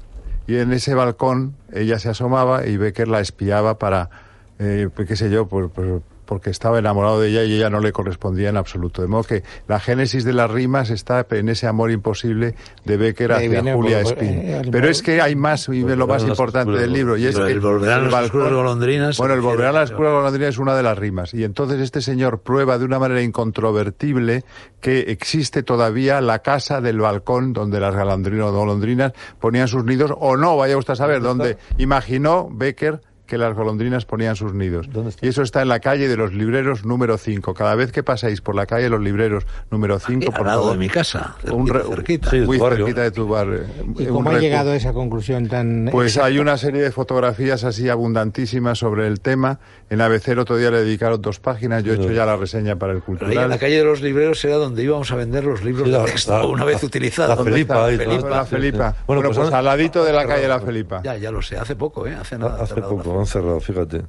[SPEAKER 3] Y en ese balcón ella se asomaba y Becker la espiaba para, eh, pues, qué sé yo, por- por- porque estaba enamorado de ella y ella no le correspondía en absoluto. De modo que la génesis de las rimas está en ese amor imposible de Becker
[SPEAKER 2] De ahí
[SPEAKER 3] hacia
[SPEAKER 2] viene,
[SPEAKER 3] Julia
[SPEAKER 2] por- por-
[SPEAKER 3] Spin.
[SPEAKER 2] eh, el
[SPEAKER 3] Pero
[SPEAKER 2] vol-
[SPEAKER 3] es que hay más, y lo más
[SPEAKER 4] Volverán las
[SPEAKER 3] importante
[SPEAKER 4] oscuras
[SPEAKER 3] del libro. Y es
[SPEAKER 5] Pero
[SPEAKER 3] que
[SPEAKER 5] el volverán
[SPEAKER 3] el
[SPEAKER 5] las oscuras
[SPEAKER 3] balcón-
[SPEAKER 5] golondrinas se
[SPEAKER 3] Bueno, el volverán
[SPEAKER 5] refiere,
[SPEAKER 3] las
[SPEAKER 5] claro.
[SPEAKER 3] oscuras golondrinas es una de las rimas. Y entonces este señor prueba de una manera incontrovertible que existe todavía la casa del balcón donde las golondrinas, golondrinas ponían sus nidos, o no, vaya usted a saber, donde imaginó Becker que las golondrinas ponían sus nidos.
[SPEAKER 4] ¿Dónde está?
[SPEAKER 3] Y eso está en la calle de los libreros número 5. Cada vez que pasáis por la calle de los libreros número 5,
[SPEAKER 5] Al
[SPEAKER 3] por
[SPEAKER 5] lado
[SPEAKER 3] favor,
[SPEAKER 5] de mi casa,
[SPEAKER 3] un
[SPEAKER 5] cerquita, cerquita.
[SPEAKER 3] re-
[SPEAKER 4] Sí. de tu
[SPEAKER 3] muy
[SPEAKER 4] barrio.
[SPEAKER 3] cerquita de tu barrio. Eh,
[SPEAKER 2] ¿Y
[SPEAKER 3] Un
[SPEAKER 2] cómo ha
[SPEAKER 3] recu-
[SPEAKER 2] llegado a esa conclusión tan...
[SPEAKER 3] pues hay una serie de fotografías así abundantísimas sobre el tema. En ABC el otro día le dedicaron dos páginas. Yo he hecho ya la reseña para el
[SPEAKER 5] Pero ahí en la
[SPEAKER 3] cultural.
[SPEAKER 5] calle de los libreros era donde íbamos a vender los libros
[SPEAKER 4] Sí, la-
[SPEAKER 5] de texto,
[SPEAKER 4] la-
[SPEAKER 5] una
[SPEAKER 4] la-
[SPEAKER 5] vez utilizados.
[SPEAKER 4] la
[SPEAKER 5] ¿Dónde
[SPEAKER 4] Felipa
[SPEAKER 5] está?
[SPEAKER 4] ahí,
[SPEAKER 5] Felipa.
[SPEAKER 4] todo.
[SPEAKER 3] La Felipa.
[SPEAKER 4] Bueno,
[SPEAKER 3] Bueno,
[SPEAKER 4] pues
[SPEAKER 3] pues
[SPEAKER 4] ahora-
[SPEAKER 3] al ladito de la calle La Felipa.
[SPEAKER 5] Ya, ya lo sé, hace poco, ¿eh? Hace nada.
[SPEAKER 4] Hace
[SPEAKER 5] cerrado la
[SPEAKER 4] poco han cerrado, fíjate.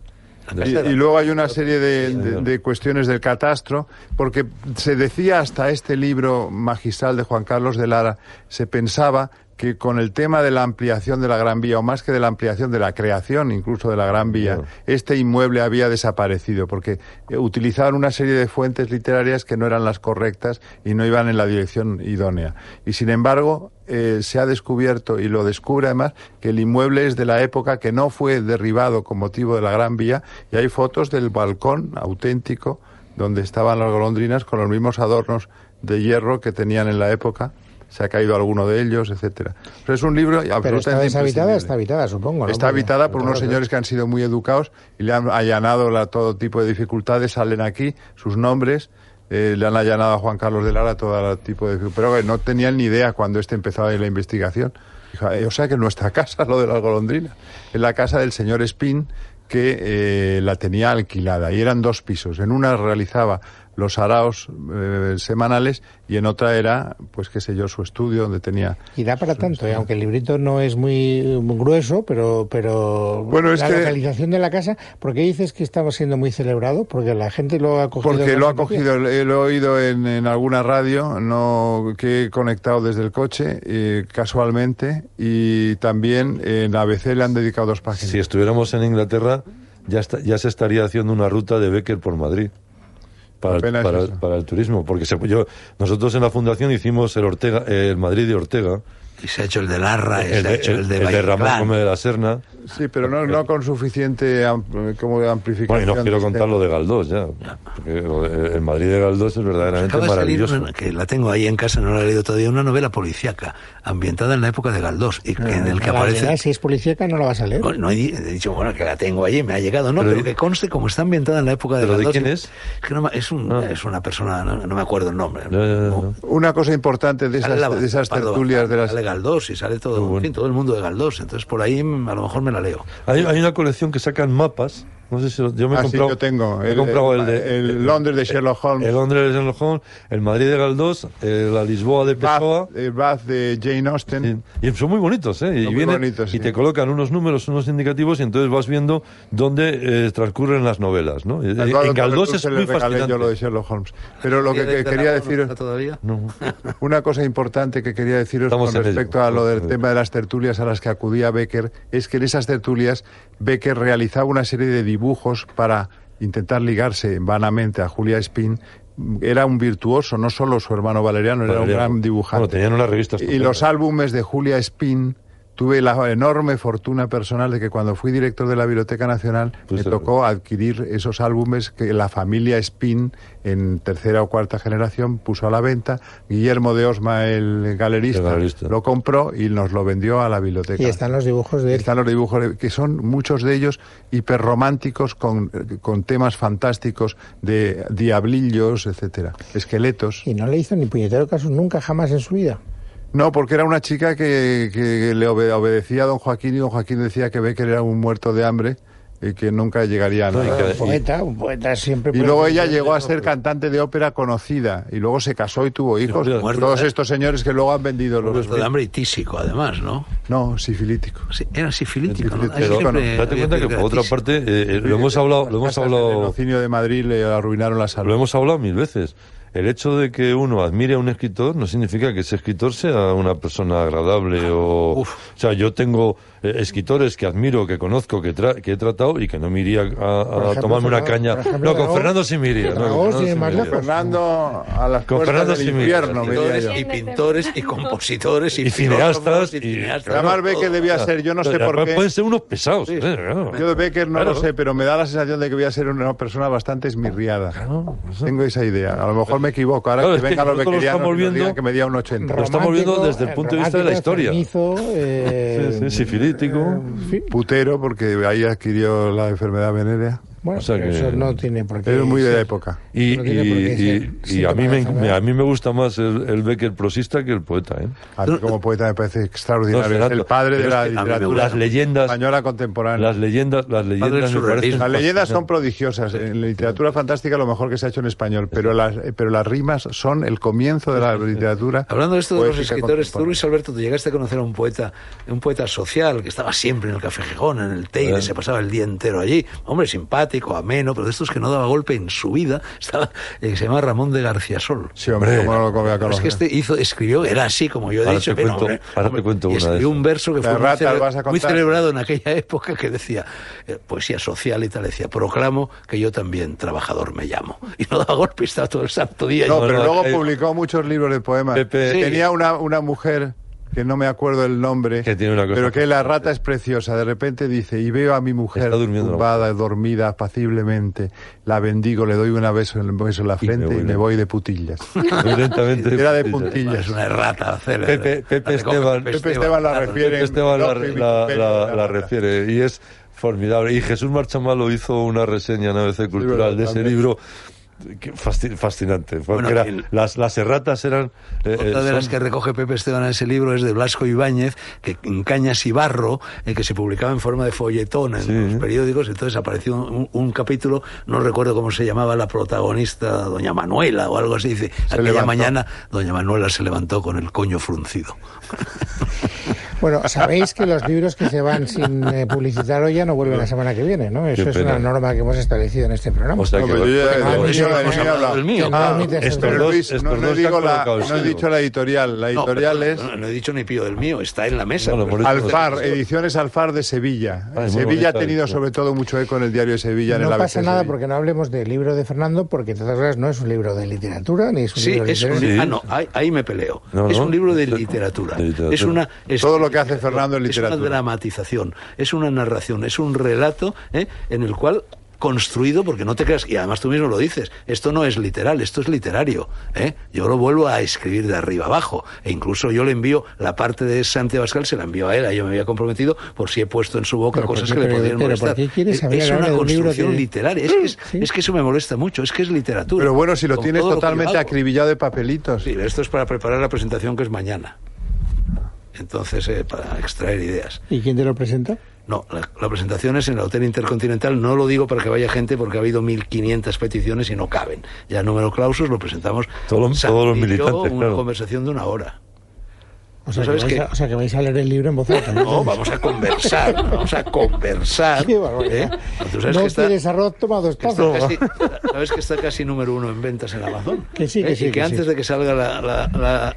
[SPEAKER 3] Y, y luego hay una serie de, de-
[SPEAKER 4] señor.
[SPEAKER 3] de cuestiones del catastro, porque se decía hasta este libro magistral de Juan Carlos de Lara, se pensaba que con el tema de la ampliación de la Gran Vía, o más que de la ampliación, de la creación incluso de la Gran Vía,
[SPEAKER 4] Claro.
[SPEAKER 3] este inmueble había desaparecido, porque eh, utilizaban una serie de fuentes literarias que no eran las correctas y no iban en la dirección idónea. Y sin embargo, eh, se ha descubierto, y lo descubre además, que el inmueble es de la época que no fue derribado con motivo de la Gran Vía, y hay fotos del balcón auténtico donde estaban las golondrinas con los mismos adornos de hierro que tenían en la época. Se ha caído alguno de ellos, etcétera. O sea, es un libro
[SPEAKER 2] Pero
[SPEAKER 3] absolutamente
[SPEAKER 2] está deshabitada,
[SPEAKER 3] imprescindible.
[SPEAKER 2] está habitada, supongo. ¿no?
[SPEAKER 3] Está
[SPEAKER 2] Porque-
[SPEAKER 3] habitada por unos
[SPEAKER 2] Claro,
[SPEAKER 3] señores que han sido muy educados y le han allanado la- todo tipo de dificultades. Salen aquí sus nombres. eh, le han allanado a Juan Carlos de Lara todo tipo de dificultades. Pero que no tenían ni idea cuando este empezó ahí la investigación. Dijo, "Eh, O sea que en nuestra casa, lo de las golondrinas, es la casa del señor Spin que eh, la tenía alquilada. Y eran dos pisos. En una realizaba los araos eh, semanales y en otra era, pues qué sé yo, su estudio donde tenía
[SPEAKER 2] Y da para tanto, eh, aunque el librito no es muy, muy grueso, pero, pero
[SPEAKER 3] Bueno, es
[SPEAKER 2] la
[SPEAKER 3] que-
[SPEAKER 2] localización de la casa, ¿por qué dices que estaba siendo muy celebrado? Porque la gente lo ha cogido.
[SPEAKER 3] Porque
[SPEAKER 2] con
[SPEAKER 3] lo ha
[SPEAKER 2] simpatía.
[SPEAKER 3] cogido, eh, lo he oído en, en alguna radio, no que he conectado desde el coche, eh, casualmente, y también en ABC le han dedicado dos páginas.
[SPEAKER 4] Si estuviéramos en Inglaterra, ya, está- ya se estaría haciendo una ruta de Becker por Madrid. Para, el-
[SPEAKER 3] Apenas
[SPEAKER 4] para-
[SPEAKER 3] eso.
[SPEAKER 4] para el turismo, porque se- yo- nosotros en la fundación hicimos el Ortega, el Madrid de Ortega,
[SPEAKER 5] Y se ha hecho el de Larra, y
[SPEAKER 4] el,
[SPEAKER 5] se ha Ah, hecho el, de,
[SPEAKER 4] el de Ramón
[SPEAKER 5] Valleclán.
[SPEAKER 4] Gómez de la Serna,
[SPEAKER 3] Sí, pero no, no con suficiente am- como
[SPEAKER 4] bueno, y
[SPEAKER 3] amplificación.
[SPEAKER 4] no quiero
[SPEAKER 3] del
[SPEAKER 4] contar
[SPEAKER 3] tema.
[SPEAKER 4] lo de Galdós ya, porque lo de- el Madrid de Galdós es verdaderamente
[SPEAKER 5] Acaba de salir
[SPEAKER 4] maravilloso.
[SPEAKER 5] una, que la tengo ahí en casa, no la he leído todavía, una novela policíaca ambientada en la época de Galdós y que- en el
[SPEAKER 4] Ah,
[SPEAKER 5] que
[SPEAKER 2] Ah, La verdad,
[SPEAKER 5] aparece.
[SPEAKER 2] si es policíaca, no la vas a leer.
[SPEAKER 5] Bueno, no he, di- he dicho, bueno, que la tengo allí, me ha llegado, no,
[SPEAKER 4] Pero
[SPEAKER 5] pero,
[SPEAKER 4] di-
[SPEAKER 5] que conste como está ambientada en la época de
[SPEAKER 4] ¿Pero de
[SPEAKER 5] Galdós.
[SPEAKER 4] quién
[SPEAKER 5] y-
[SPEAKER 4] es?
[SPEAKER 5] que no me- es, un-
[SPEAKER 4] Ah.
[SPEAKER 5] es una persona, no, no me acuerdo el nombre.
[SPEAKER 4] Ya, ya, ya, ya.
[SPEAKER 3] Una cosa importante de
[SPEAKER 5] Sale
[SPEAKER 3] esas,
[SPEAKER 5] la-
[SPEAKER 3] de esas
[SPEAKER 5] Pardo
[SPEAKER 3] tertulias de
[SPEAKER 5] Bazán,
[SPEAKER 3] las...
[SPEAKER 5] Sale Galdós y sale todo,
[SPEAKER 4] Muy bueno.
[SPEAKER 5] en fin, todo el mundo de Galdós. Entonces por ahí mm, a lo mejor me la leo.
[SPEAKER 4] Hay, hay una colección que sacan mapas No sé si lo- yo me he
[SPEAKER 3] Ah, sí,
[SPEAKER 4] comprado,
[SPEAKER 3] yo tengo.
[SPEAKER 4] me he
[SPEAKER 3] El-
[SPEAKER 4] comprado
[SPEAKER 3] el-
[SPEAKER 4] el, de,
[SPEAKER 3] el Londres de Sherlock Holmes.
[SPEAKER 4] El Londres de Sherlock Holmes, el Madrid de Galdós, eh, la Lisboa de Pessoa.
[SPEAKER 3] Bath, eh, Bath de Jane Austen.
[SPEAKER 4] Y, y son muy bonitos, ¿eh? Y,
[SPEAKER 3] Son muy
[SPEAKER 4] vienen
[SPEAKER 3] bonitos,
[SPEAKER 4] y
[SPEAKER 3] sí.
[SPEAKER 4] te colocan unos números, unos indicativos, y entonces vas viendo dónde eh, transcurren las novelas, ¿no? Eh,
[SPEAKER 3] Eduardo
[SPEAKER 4] en Galdós
[SPEAKER 3] Torretur
[SPEAKER 4] es
[SPEAKER 3] se le
[SPEAKER 4] muy
[SPEAKER 3] regalé
[SPEAKER 4] fascinante.
[SPEAKER 3] yo lo de Sherlock Holmes. Pero lo que, que quería decir
[SPEAKER 5] ¿Está todavía?
[SPEAKER 4] No.
[SPEAKER 3] Una cosa importante que quería deciros
[SPEAKER 4] Estamos
[SPEAKER 3] con
[SPEAKER 4] en ello.
[SPEAKER 3] respecto a lo del
[SPEAKER 4] Estamos en
[SPEAKER 3] tema de las tertulias a las que acudía Becker es que en esas tertulias Becker realizaba una serie de dibujos para intentar ligarse vanamente a Julia Spin. Era un virtuoso, no solo su hermano Valeriano, era un
[SPEAKER 4] Valeriano.
[SPEAKER 3] gran dibujante.
[SPEAKER 4] Bueno, tenían unas revistas
[SPEAKER 3] Y los álbumes de Julia Spin. Tuve la enorme fortuna personal de que cuando fui director de la Biblioteca Nacional
[SPEAKER 4] Pues,
[SPEAKER 3] me tocó adquirir esos álbumes que la familia Spin en tercera o cuarta generación puso a la venta. Guillermo de Osma, el galerista,
[SPEAKER 4] El galerista.
[SPEAKER 3] lo compró y nos lo vendió a la biblioteca.
[SPEAKER 2] Y están los dibujos de él.
[SPEAKER 3] Están los dibujos de- que son muchos de ellos hiperrománticos con, con temas fantásticos de diablillos, etcétera, esqueletos.
[SPEAKER 2] Y no le hizo ni puñetero caso nunca, jamás en su vida.
[SPEAKER 3] No, porque era una chica que, que le obe- obedecía a don Joaquín y don Joaquín decía que Becker era un muerto de hambre y que nunca llegaría a
[SPEAKER 4] No, y
[SPEAKER 3] nada.
[SPEAKER 4] que-
[SPEAKER 2] Un poeta, un poeta siempre.
[SPEAKER 3] Y luego ella llegó a ser cantante de ópera conocida y luego se casó y tuvo hijos.
[SPEAKER 5] Muerto,
[SPEAKER 3] Todos
[SPEAKER 5] ¿eh?
[SPEAKER 3] estos señores que luego han vendido los...
[SPEAKER 5] Muerto de hambre y tísico, además, ¿no?
[SPEAKER 3] No, sifilítico.
[SPEAKER 5] Sí, Era sifilítico, ¿no? Ahí
[SPEAKER 3] Pero,
[SPEAKER 5] siempre
[SPEAKER 4] Date
[SPEAKER 5] había
[SPEAKER 4] cuenta que por otra
[SPEAKER 5] tísico.
[SPEAKER 4] parte eh, eh, lo hemos hablado, lo
[SPEAKER 3] Las
[SPEAKER 4] hemos
[SPEAKER 3] casas de
[SPEAKER 4] hablado,
[SPEAKER 3] genocinio de Madrid le arruinaron la salud.
[SPEAKER 4] Ah, lo hemos hablado mil veces. El hecho de que uno admire a un escritor no significa que ese escritor sea una persona agradable o...
[SPEAKER 5] Uf.
[SPEAKER 4] O sea, yo tengo eh, escritores que admiro, que conozco, que, tra- que he tratado y que no me iría a, a
[SPEAKER 2] ejemplo,
[SPEAKER 4] tomarme una
[SPEAKER 2] Fernan-
[SPEAKER 4] caña.
[SPEAKER 2] por ejemplo,
[SPEAKER 4] no, con
[SPEAKER 2] Dragó-
[SPEAKER 4] Fernando sí me iría. no, con
[SPEAKER 2] Dragó
[SPEAKER 4] Fernando
[SPEAKER 2] tiene
[SPEAKER 4] sí me
[SPEAKER 2] más
[SPEAKER 4] iría.
[SPEAKER 2] lejos.
[SPEAKER 3] Fernando a las
[SPEAKER 4] Con
[SPEAKER 3] puertas
[SPEAKER 4] Fernando
[SPEAKER 3] del
[SPEAKER 4] Simi.
[SPEAKER 3] infierno, me diría
[SPEAKER 5] Escritores
[SPEAKER 3] yo.
[SPEAKER 5] y pintores y compositores y,
[SPEAKER 4] Y cineastas.
[SPEAKER 5] filósofos y cineastas.
[SPEAKER 4] claro,
[SPEAKER 3] Además, ve que
[SPEAKER 5] todo.
[SPEAKER 3] debía ser, yo no sé por
[SPEAKER 4] Además,
[SPEAKER 3] qué.
[SPEAKER 4] Pueden ser unos pesados. eh, claro.
[SPEAKER 3] Yo de Becker no
[SPEAKER 4] Claro.
[SPEAKER 3] lo sé, pero me da la sensación de que voy a ser una persona bastante esmirriada. Tengo esa idea. A lo mejor me equivoco. Ahora
[SPEAKER 4] Claro,
[SPEAKER 3] que
[SPEAKER 4] es que
[SPEAKER 3] vengan los
[SPEAKER 4] nosotros lo
[SPEAKER 3] bequerianos
[SPEAKER 4] estamos
[SPEAKER 3] y nos digan
[SPEAKER 4] viendo-
[SPEAKER 3] que medía un 80.
[SPEAKER 4] Lo estamos viendo desde el punto de vista de la historia.
[SPEAKER 2] eh, Enfermizo, eh,
[SPEAKER 4] Sí, sí, sifilítico.
[SPEAKER 2] en fin.
[SPEAKER 3] Putero, porque ahí adquirió la enfermedad venérea.
[SPEAKER 2] Bueno,
[SPEAKER 4] O sea
[SPEAKER 2] pero
[SPEAKER 4] que-
[SPEAKER 2] eso no tiene por qué.
[SPEAKER 3] Es muy de la
[SPEAKER 2] ser.
[SPEAKER 3] época.
[SPEAKER 4] Y,
[SPEAKER 2] No tiene por qué ser
[SPEAKER 4] y- y- y
[SPEAKER 2] síntoma
[SPEAKER 4] a, mí
[SPEAKER 2] de
[SPEAKER 4] me,
[SPEAKER 2] enfermedad.
[SPEAKER 4] a mí me gusta más el, el Becker prosista que el poeta. ¿eh?
[SPEAKER 3] A mí como poeta me parece extraordinario.
[SPEAKER 4] No,
[SPEAKER 3] es el padre de
[SPEAKER 4] pero
[SPEAKER 3] la
[SPEAKER 4] es que a
[SPEAKER 5] mí me gusta.
[SPEAKER 3] literatura
[SPEAKER 4] Las leyendas,
[SPEAKER 3] española contemporánea.
[SPEAKER 4] las leyendas, las leyendas me
[SPEAKER 5] surrealismo.
[SPEAKER 4] parecen
[SPEAKER 3] Las leyendas son
[SPEAKER 4] fascinantes.
[SPEAKER 3] prodigiosas. En la literatura fantástica lo mejor que se ha hecho en español, pero las, eh, pero las rimas son el comienzo de la literatura.
[SPEAKER 5] Hablando de esto de los
[SPEAKER 3] poética
[SPEAKER 5] escritores, tú
[SPEAKER 3] contemporánea.
[SPEAKER 5] Luis Alberto, tú llegaste a conocer a un poeta, un poeta social que estaba siempre en el Café Gijón, en el Teide,
[SPEAKER 4] Claro.
[SPEAKER 5] se pasaba el día entero allí. Hombre, simpático, ameno, pero de estos que no daba golpe en su vida, estaba, eh, que se llama Ramón de García Sol.
[SPEAKER 3] Sí, hombre,
[SPEAKER 4] Hombre,
[SPEAKER 3] cómo no lo voy a
[SPEAKER 5] Pero es que
[SPEAKER 3] conocer.
[SPEAKER 5] este hizo, escribió, era así como yo he
[SPEAKER 4] Ahora
[SPEAKER 5] dicho,
[SPEAKER 4] te
[SPEAKER 5] pero
[SPEAKER 4] cuento-
[SPEAKER 5] hombre,
[SPEAKER 4] ahora te
[SPEAKER 5] hombre,
[SPEAKER 4] cuento
[SPEAKER 5] y
[SPEAKER 4] una de
[SPEAKER 5] escribió
[SPEAKER 4] esas.
[SPEAKER 5] un verso que
[SPEAKER 3] La
[SPEAKER 5] fue muy,
[SPEAKER 3] rata
[SPEAKER 5] cele-
[SPEAKER 3] vas a
[SPEAKER 5] muy
[SPEAKER 3] contar.
[SPEAKER 5] celebrado en aquella época que decía, eh, poesía social y tal, decía, proclamo que yo también trabajador me llamo. Y no daba golpe, estaba todo el santo día.
[SPEAKER 3] No,
[SPEAKER 5] allí.
[SPEAKER 3] pero
[SPEAKER 4] no,
[SPEAKER 3] luego
[SPEAKER 4] eh,
[SPEAKER 3] publicó muchos libros de poemas.
[SPEAKER 4] Pepe- eh,
[SPEAKER 5] Sí.
[SPEAKER 3] Tenía una, una mujer que no me acuerdo el nombre,
[SPEAKER 4] Que tiene una cosa
[SPEAKER 3] pero que la rata es preciosa. De repente dice, y veo a mi mujer
[SPEAKER 4] Está durmiendo la
[SPEAKER 3] tumbada, dormida, apaciblemente. La bendigo, le doy una beso en, beso en la frente y me voy,
[SPEAKER 4] voy.
[SPEAKER 3] de putillas.
[SPEAKER 4] Evidentemente.
[SPEAKER 3] Era de
[SPEAKER 5] Es
[SPEAKER 3] puntillas.
[SPEAKER 5] una errata célebre.
[SPEAKER 4] Pepe- Pepe
[SPEAKER 5] La recoge
[SPEAKER 4] Esteban.
[SPEAKER 3] Pepe Esteban la
[SPEAKER 5] claro.
[SPEAKER 3] refiere.
[SPEAKER 4] Pepe Esteban la,
[SPEAKER 3] Lope,
[SPEAKER 4] la-
[SPEAKER 3] Vicente,
[SPEAKER 4] la-
[SPEAKER 3] la rata.
[SPEAKER 4] la refiere y es formidable. Y Jesús Marchamalo hizo una reseña en ABC Cultural
[SPEAKER 3] verdad,
[SPEAKER 4] de ese
[SPEAKER 3] también.
[SPEAKER 4] libro que fasci- fascinante. Porque
[SPEAKER 5] Bueno,
[SPEAKER 4] era-
[SPEAKER 5] el-
[SPEAKER 4] las, las erratas eran... eh, eh,
[SPEAKER 5] Otra de las
[SPEAKER 4] son-
[SPEAKER 5] que recoge Pepe Esteban en ese libro es de Blasco Ibáñez, que en Cañas y Barro, eh, que se publicaba en forma de folletón en
[SPEAKER 4] Sí.
[SPEAKER 5] los periódicos, entonces apareció un, un capítulo, no recuerdo cómo se llamaba la protagonista, Doña Manuela o algo así, dice, aquella
[SPEAKER 3] levantó.
[SPEAKER 5] mañana Doña Manuela se levantó con el coño fruncido.
[SPEAKER 2] Bueno, sabéis que los libros que se van sin eh, publicitar hoy ya no vuelven la semana que viene, ¿no? Eso
[SPEAKER 4] Qué
[SPEAKER 2] es una
[SPEAKER 4] pena.
[SPEAKER 2] norma que hemos establecido en este programa.
[SPEAKER 4] o sea,
[SPEAKER 3] No,
[SPEAKER 4] que-
[SPEAKER 3] pero yo ya-
[SPEAKER 4] pero-
[SPEAKER 2] Ah,
[SPEAKER 3] el
[SPEAKER 2] yo
[SPEAKER 3] mío,
[SPEAKER 2] no
[SPEAKER 3] el
[SPEAKER 2] hemos
[SPEAKER 3] mío
[SPEAKER 2] hablado
[SPEAKER 3] habla.
[SPEAKER 2] del mío.
[SPEAKER 3] Ah,
[SPEAKER 2] No, estos
[SPEAKER 3] pero
[SPEAKER 2] dos-
[SPEAKER 3] Luis,
[SPEAKER 4] estos
[SPEAKER 3] no, no
[SPEAKER 4] dos
[SPEAKER 3] he digo
[SPEAKER 4] han
[SPEAKER 3] la-
[SPEAKER 4] colocado
[SPEAKER 3] no he
[SPEAKER 4] el
[SPEAKER 3] dicho la editorial. La
[SPEAKER 5] No,
[SPEAKER 3] editorial
[SPEAKER 5] pero-
[SPEAKER 3] es...
[SPEAKER 5] no, no he dicho ni pío del mío, está en la mesa.
[SPEAKER 4] Bueno,
[SPEAKER 5] pero-
[SPEAKER 4] por eso-
[SPEAKER 3] Alfar, ediciones Alfar de Sevilla.
[SPEAKER 4] Ah, es muy
[SPEAKER 3] Sevilla ha
[SPEAKER 4] bonita,
[SPEAKER 3] tenido
[SPEAKER 4] sí.
[SPEAKER 3] sobre todo mucho eco en el diario de Sevilla. en el
[SPEAKER 2] No
[SPEAKER 3] ABC
[SPEAKER 2] pasa nada
[SPEAKER 3] Sevilla.
[SPEAKER 2] porque no hablemos del libro de Fernando, porque todas las no es un libro de literatura ni es un
[SPEAKER 5] Sí,
[SPEAKER 2] libro de
[SPEAKER 5] es un
[SPEAKER 2] literatura.
[SPEAKER 4] Sí.
[SPEAKER 5] libro. Ah, no, ahí, ahí me peleo.
[SPEAKER 4] No,
[SPEAKER 5] es
[SPEAKER 4] no.
[SPEAKER 5] un libro de
[SPEAKER 4] De-
[SPEAKER 5] literatura.
[SPEAKER 4] de literatura.
[SPEAKER 5] Es una. es-
[SPEAKER 3] Todo lo que hace Fernando en
[SPEAKER 5] Es una
[SPEAKER 3] literatura.
[SPEAKER 5] dramatización, es una narración, es un relato ¿eh? en el cual construido porque no te creas y además tú mismo lo dices esto no es literal esto es literario ¿eh? yo lo vuelvo a escribir de arriba abajo e incluso yo le envío la parte de Santiago Pascal se la envío a él a yo me había comprometido por si he puesto en su boca
[SPEAKER 2] Pero ¿por
[SPEAKER 5] cosas
[SPEAKER 2] qué-
[SPEAKER 5] que le
[SPEAKER 2] pero-
[SPEAKER 5] podrían
[SPEAKER 2] pero ¿por
[SPEAKER 5] molestar
[SPEAKER 2] qué quieres
[SPEAKER 5] es,
[SPEAKER 2] hablar
[SPEAKER 5] es
[SPEAKER 2] ahora
[SPEAKER 5] una
[SPEAKER 2] de un libro
[SPEAKER 5] construcción
[SPEAKER 2] que-
[SPEAKER 5] literaria es que, es,
[SPEAKER 2] Sí.
[SPEAKER 5] es que eso me molesta mucho es que es literatura
[SPEAKER 3] Pero bueno, si lo
[SPEAKER 5] Como
[SPEAKER 3] tienes
[SPEAKER 5] todo que yo
[SPEAKER 3] totalmente
[SPEAKER 5] hago.
[SPEAKER 3] acribillado de papelitos.
[SPEAKER 5] Sí, esto es para preparar la presentación que es mañana. Entonces, eh, para extraer ideas.
[SPEAKER 2] ¿Y quién te lo presenta?
[SPEAKER 5] No, la, la presentación es en el Hotel Intercontinental. No lo digo para que vaya gente porque ha habido 1.500 peticiones y no caben. Ya el número clausus lo presentamos.
[SPEAKER 4] Todo lo-
[SPEAKER 5] Santi
[SPEAKER 4] todos los
[SPEAKER 5] y yo,
[SPEAKER 4] militantes,
[SPEAKER 5] una
[SPEAKER 4] claro.
[SPEAKER 5] conversación de una hora.
[SPEAKER 2] O sea,
[SPEAKER 5] ¿No sabes
[SPEAKER 2] que vais
[SPEAKER 5] qué?
[SPEAKER 2] a, o sea, que vais a leer el libro en voz alta.
[SPEAKER 5] No, vamos a conversar, vamos a conversar.
[SPEAKER 2] Qué barbaridad.
[SPEAKER 5] ¿eh? Tú sabes
[SPEAKER 2] no
[SPEAKER 5] que está-
[SPEAKER 2] quieres arroz, toma dos
[SPEAKER 5] que está
[SPEAKER 2] tazas.
[SPEAKER 5] casi- ¿Sabes que está casi número uno en ventas en Amazon?
[SPEAKER 2] Que sí, que
[SPEAKER 5] ¿Eh?
[SPEAKER 2] sí,
[SPEAKER 5] Y
[SPEAKER 2] que
[SPEAKER 5] que antes
[SPEAKER 2] sí.
[SPEAKER 5] de que salga la, la-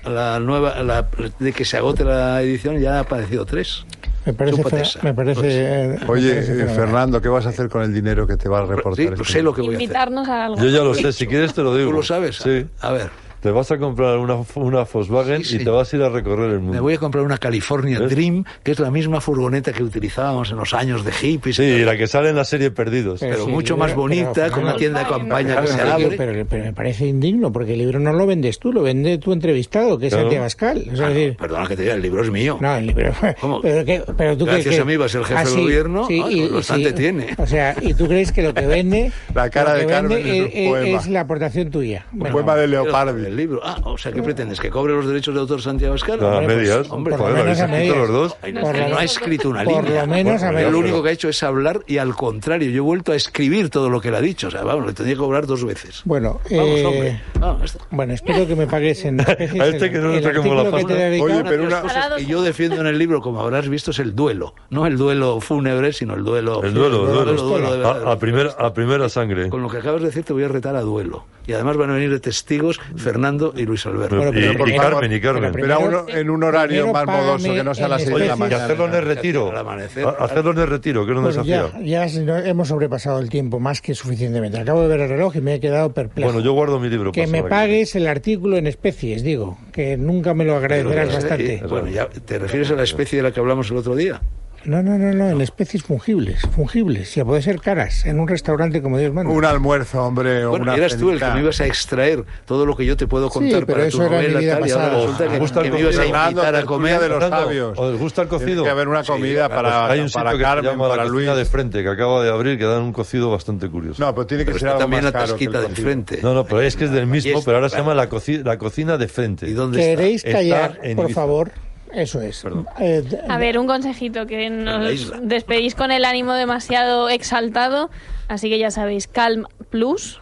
[SPEAKER 5] la- la nueva, la- de que se agote la edición, ya ha aparecido tres.
[SPEAKER 2] Me parece,
[SPEAKER 5] Chúpate
[SPEAKER 2] fe-
[SPEAKER 5] esa. Pues
[SPEAKER 2] me parece, eh, me
[SPEAKER 3] Oye,
[SPEAKER 2] parece
[SPEAKER 3] eh,
[SPEAKER 2] fenomenal.
[SPEAKER 3] Fernando, ¿qué vas a hacer con el dinero que te va a reportar?
[SPEAKER 5] Sí,
[SPEAKER 3] este
[SPEAKER 5] sé lo que voy a hacer.
[SPEAKER 6] Invitarnos a algo.
[SPEAKER 4] Yo ya lo sé, si quieres te lo digo.
[SPEAKER 5] Tú lo sabes.
[SPEAKER 4] Sí.
[SPEAKER 5] A ver,
[SPEAKER 4] Te vas a comprar una, una Volkswagen
[SPEAKER 5] Sí,
[SPEAKER 4] y
[SPEAKER 5] sí.
[SPEAKER 4] te vas a ir a recorrer el mundo.
[SPEAKER 5] me voy a comprar una California
[SPEAKER 4] ¿Ves?
[SPEAKER 5] Dream, que es la misma furgoneta que utilizábamos en los años de hippies. y
[SPEAKER 4] Sí,
[SPEAKER 5] tal.
[SPEAKER 4] la que sale en la serie Perdidos.
[SPEAKER 2] Pero-
[SPEAKER 5] pero
[SPEAKER 2] Sí,
[SPEAKER 5] mucho
[SPEAKER 2] pero-
[SPEAKER 5] más
[SPEAKER 2] pero-
[SPEAKER 5] bonita,
[SPEAKER 2] pero-
[SPEAKER 5] con una tienda de campaña que se
[SPEAKER 2] Claro,
[SPEAKER 5] abre.
[SPEAKER 2] pero, pero me parece indigno porque el libro no lo vendes tú, lo vende tu entrevistado, que es
[SPEAKER 4] Claro.
[SPEAKER 2] Santiago Pascal. O sea,
[SPEAKER 5] Ah, no,
[SPEAKER 2] es decir,
[SPEAKER 5] perdona que te diga, el libro es mío.
[SPEAKER 2] No, el libro.
[SPEAKER 5] ¿Cómo?
[SPEAKER 2] Pero, que- pero tú
[SPEAKER 5] Gracias
[SPEAKER 2] crees que- Ah,
[SPEAKER 5] a mí va a ser el jefe del gobierno. Ay, pues bastante tiene.
[SPEAKER 2] O sea, y tú crees que lo que vende.
[SPEAKER 3] La cara
[SPEAKER 2] lo
[SPEAKER 3] de
[SPEAKER 2] que
[SPEAKER 3] Carmen
[SPEAKER 2] vende
[SPEAKER 3] en
[SPEAKER 2] es,
[SPEAKER 3] un poema.
[SPEAKER 2] es la aportación tuya.
[SPEAKER 3] Un
[SPEAKER 2] Bueno,
[SPEAKER 3] poema de
[SPEAKER 5] El
[SPEAKER 3] Leopardi.
[SPEAKER 5] libro. Ah, o sea, ¿qué pretendes? ¿Que cobre los derechos de autor Santiago Escala?
[SPEAKER 4] No, a
[SPEAKER 5] Hombre, pues,
[SPEAKER 4] medias.
[SPEAKER 5] hombre,
[SPEAKER 2] Ah, por lo
[SPEAKER 4] Joder, ¿lo
[SPEAKER 2] menos
[SPEAKER 4] habéis
[SPEAKER 2] a
[SPEAKER 4] escrito
[SPEAKER 2] medias.
[SPEAKER 4] los dos?
[SPEAKER 5] Ay,
[SPEAKER 2] Por
[SPEAKER 5] no,
[SPEAKER 2] lo
[SPEAKER 5] no ha
[SPEAKER 6] menos-
[SPEAKER 5] escrito una
[SPEAKER 2] por
[SPEAKER 5] línea.
[SPEAKER 2] lo menos
[SPEAKER 5] Bueno,
[SPEAKER 2] a
[SPEAKER 5] yo
[SPEAKER 2] medias.
[SPEAKER 5] lo único que ha hecho es hablar y al contrario, yo he vuelto a escribir todo lo que él ha dicho. O sea, vamos, le tenía que cobrar dos veces.
[SPEAKER 2] Bueno,
[SPEAKER 5] Vamos,
[SPEAKER 2] eh,
[SPEAKER 5] hombre. Vamos, está.
[SPEAKER 2] bueno, espero que me pagues en. especies
[SPEAKER 4] A este
[SPEAKER 2] el-
[SPEAKER 4] que no le
[SPEAKER 2] el
[SPEAKER 4] saquemos
[SPEAKER 2] artículo
[SPEAKER 4] la
[SPEAKER 2] que
[SPEAKER 4] pasta.
[SPEAKER 2] te he dedicado.
[SPEAKER 3] Oye,
[SPEAKER 5] Una
[SPEAKER 3] pero
[SPEAKER 5] de las
[SPEAKER 3] una-
[SPEAKER 5] cosas que yo defiendo en el libro, como habrás visto, es el duelo. No el duelo fúnebre, sino el duelo.
[SPEAKER 4] El duelo, el duelo.
[SPEAKER 5] de
[SPEAKER 2] Ah,
[SPEAKER 5] verdad.
[SPEAKER 4] a, a primera, a primera sangre.
[SPEAKER 5] Con lo que acabas de decir, te voy a retar a duelo. Y además van a venir de testigos Fernando y Luis Alberto.
[SPEAKER 2] Bueno,
[SPEAKER 4] y,
[SPEAKER 2] pero
[SPEAKER 4] y
[SPEAKER 2] por favor,
[SPEAKER 4] Carmen, y Carmen.
[SPEAKER 2] pero
[SPEAKER 3] Pero a uno- en un horario
[SPEAKER 2] primero
[SPEAKER 3] más modoso,
[SPEAKER 2] págame
[SPEAKER 3] que no sea a las
[SPEAKER 2] en
[SPEAKER 3] seis
[SPEAKER 4] Oye,
[SPEAKER 2] especie-
[SPEAKER 3] de la
[SPEAKER 4] y
[SPEAKER 3] mañana.
[SPEAKER 4] hacerlo en el
[SPEAKER 5] Al
[SPEAKER 4] retiro.
[SPEAKER 5] amanecer,
[SPEAKER 4] A- Hacerlo en el retiro, que no
[SPEAKER 2] Bueno,
[SPEAKER 4] nos
[SPEAKER 2] ya,
[SPEAKER 4] hacía.
[SPEAKER 2] ya si no, hemos sobrepasado el tiempo más que suficientemente. Acabo de ver el reloj y me he quedado perplejo.
[SPEAKER 4] Bueno, yo guardo mi libro.
[SPEAKER 2] que
[SPEAKER 4] para
[SPEAKER 2] me
[SPEAKER 4] semana que
[SPEAKER 2] pagues el artículo en especies, digo, que nunca me lo agradecerás
[SPEAKER 5] Pero, eh,
[SPEAKER 2] bastante.
[SPEAKER 5] bueno, ya, ¿te refieres a la especie de la que hablamos el otro día?
[SPEAKER 2] No, no, no, no, en especies fungibles, fungibles, ya puede ser caras, en un restaurante como Dios manda.
[SPEAKER 3] Un almuerzo, hombre, o
[SPEAKER 5] Bueno,
[SPEAKER 3] una
[SPEAKER 5] eras tú el que
[SPEAKER 3] cenita.
[SPEAKER 5] me ibas a extraer todo lo que yo te puedo
[SPEAKER 2] Sí,
[SPEAKER 5] contar
[SPEAKER 2] pero
[SPEAKER 5] para
[SPEAKER 2] eso
[SPEAKER 5] tu
[SPEAKER 2] era mi
[SPEAKER 5] novela
[SPEAKER 2] vida
[SPEAKER 5] tal, y ahora
[SPEAKER 2] pasada.
[SPEAKER 5] resulta
[SPEAKER 4] ¿Os gusta
[SPEAKER 5] que,
[SPEAKER 4] el
[SPEAKER 5] que me ibas a
[SPEAKER 4] cocinado?
[SPEAKER 5] invitar a
[SPEAKER 3] Fernando, tertulia
[SPEAKER 5] comer.
[SPEAKER 3] de los
[SPEAKER 4] Fernando,
[SPEAKER 3] sabios.
[SPEAKER 4] ¿os gusta el cocido?
[SPEAKER 3] Tiene que haber una
[SPEAKER 5] Sí,
[SPEAKER 3] comida
[SPEAKER 4] viene.
[SPEAKER 3] para,
[SPEAKER 4] Hay un sitio
[SPEAKER 3] para
[SPEAKER 4] que se
[SPEAKER 3] Carmen,
[SPEAKER 4] llama La
[SPEAKER 3] para Luis.
[SPEAKER 4] Cocina de Frente, que acaba de abrir, que dan un cocido bastante curioso.
[SPEAKER 3] No, pero tiene que
[SPEAKER 5] Pero
[SPEAKER 3] ser
[SPEAKER 5] está
[SPEAKER 3] algo
[SPEAKER 5] también la
[SPEAKER 3] más caro que el
[SPEAKER 5] tasquita de
[SPEAKER 3] cocido.
[SPEAKER 5] enfrente.
[SPEAKER 4] No, no, pero es que es del mismo,
[SPEAKER 5] es-
[SPEAKER 4] pero ahora se llama La, Coci- la Cocina de Frente.
[SPEAKER 5] ¿Y dónde
[SPEAKER 2] ¿Queréis
[SPEAKER 4] está?
[SPEAKER 2] callar,
[SPEAKER 4] Está en
[SPEAKER 2] por
[SPEAKER 4] Ibiza.
[SPEAKER 2] favor? Eso es. Eh, d-
[SPEAKER 6] A ver, un consejito, que no
[SPEAKER 5] la
[SPEAKER 6] os
[SPEAKER 5] isla.
[SPEAKER 6] despedís con el ánimo demasiado exaltado, así que ya sabéis, Calm Plus,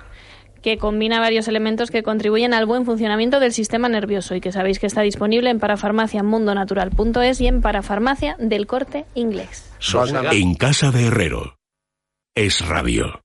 [SPEAKER 6] que combina varios elementos que contribuyen al buen funcionamiento del sistema nervioso y que sabéis que está disponible en parafarmaciamundonatural.es y en parafarmacia del corte inglés.
[SPEAKER 5] Sosa-
[SPEAKER 1] En casa de Herrero. Es radio.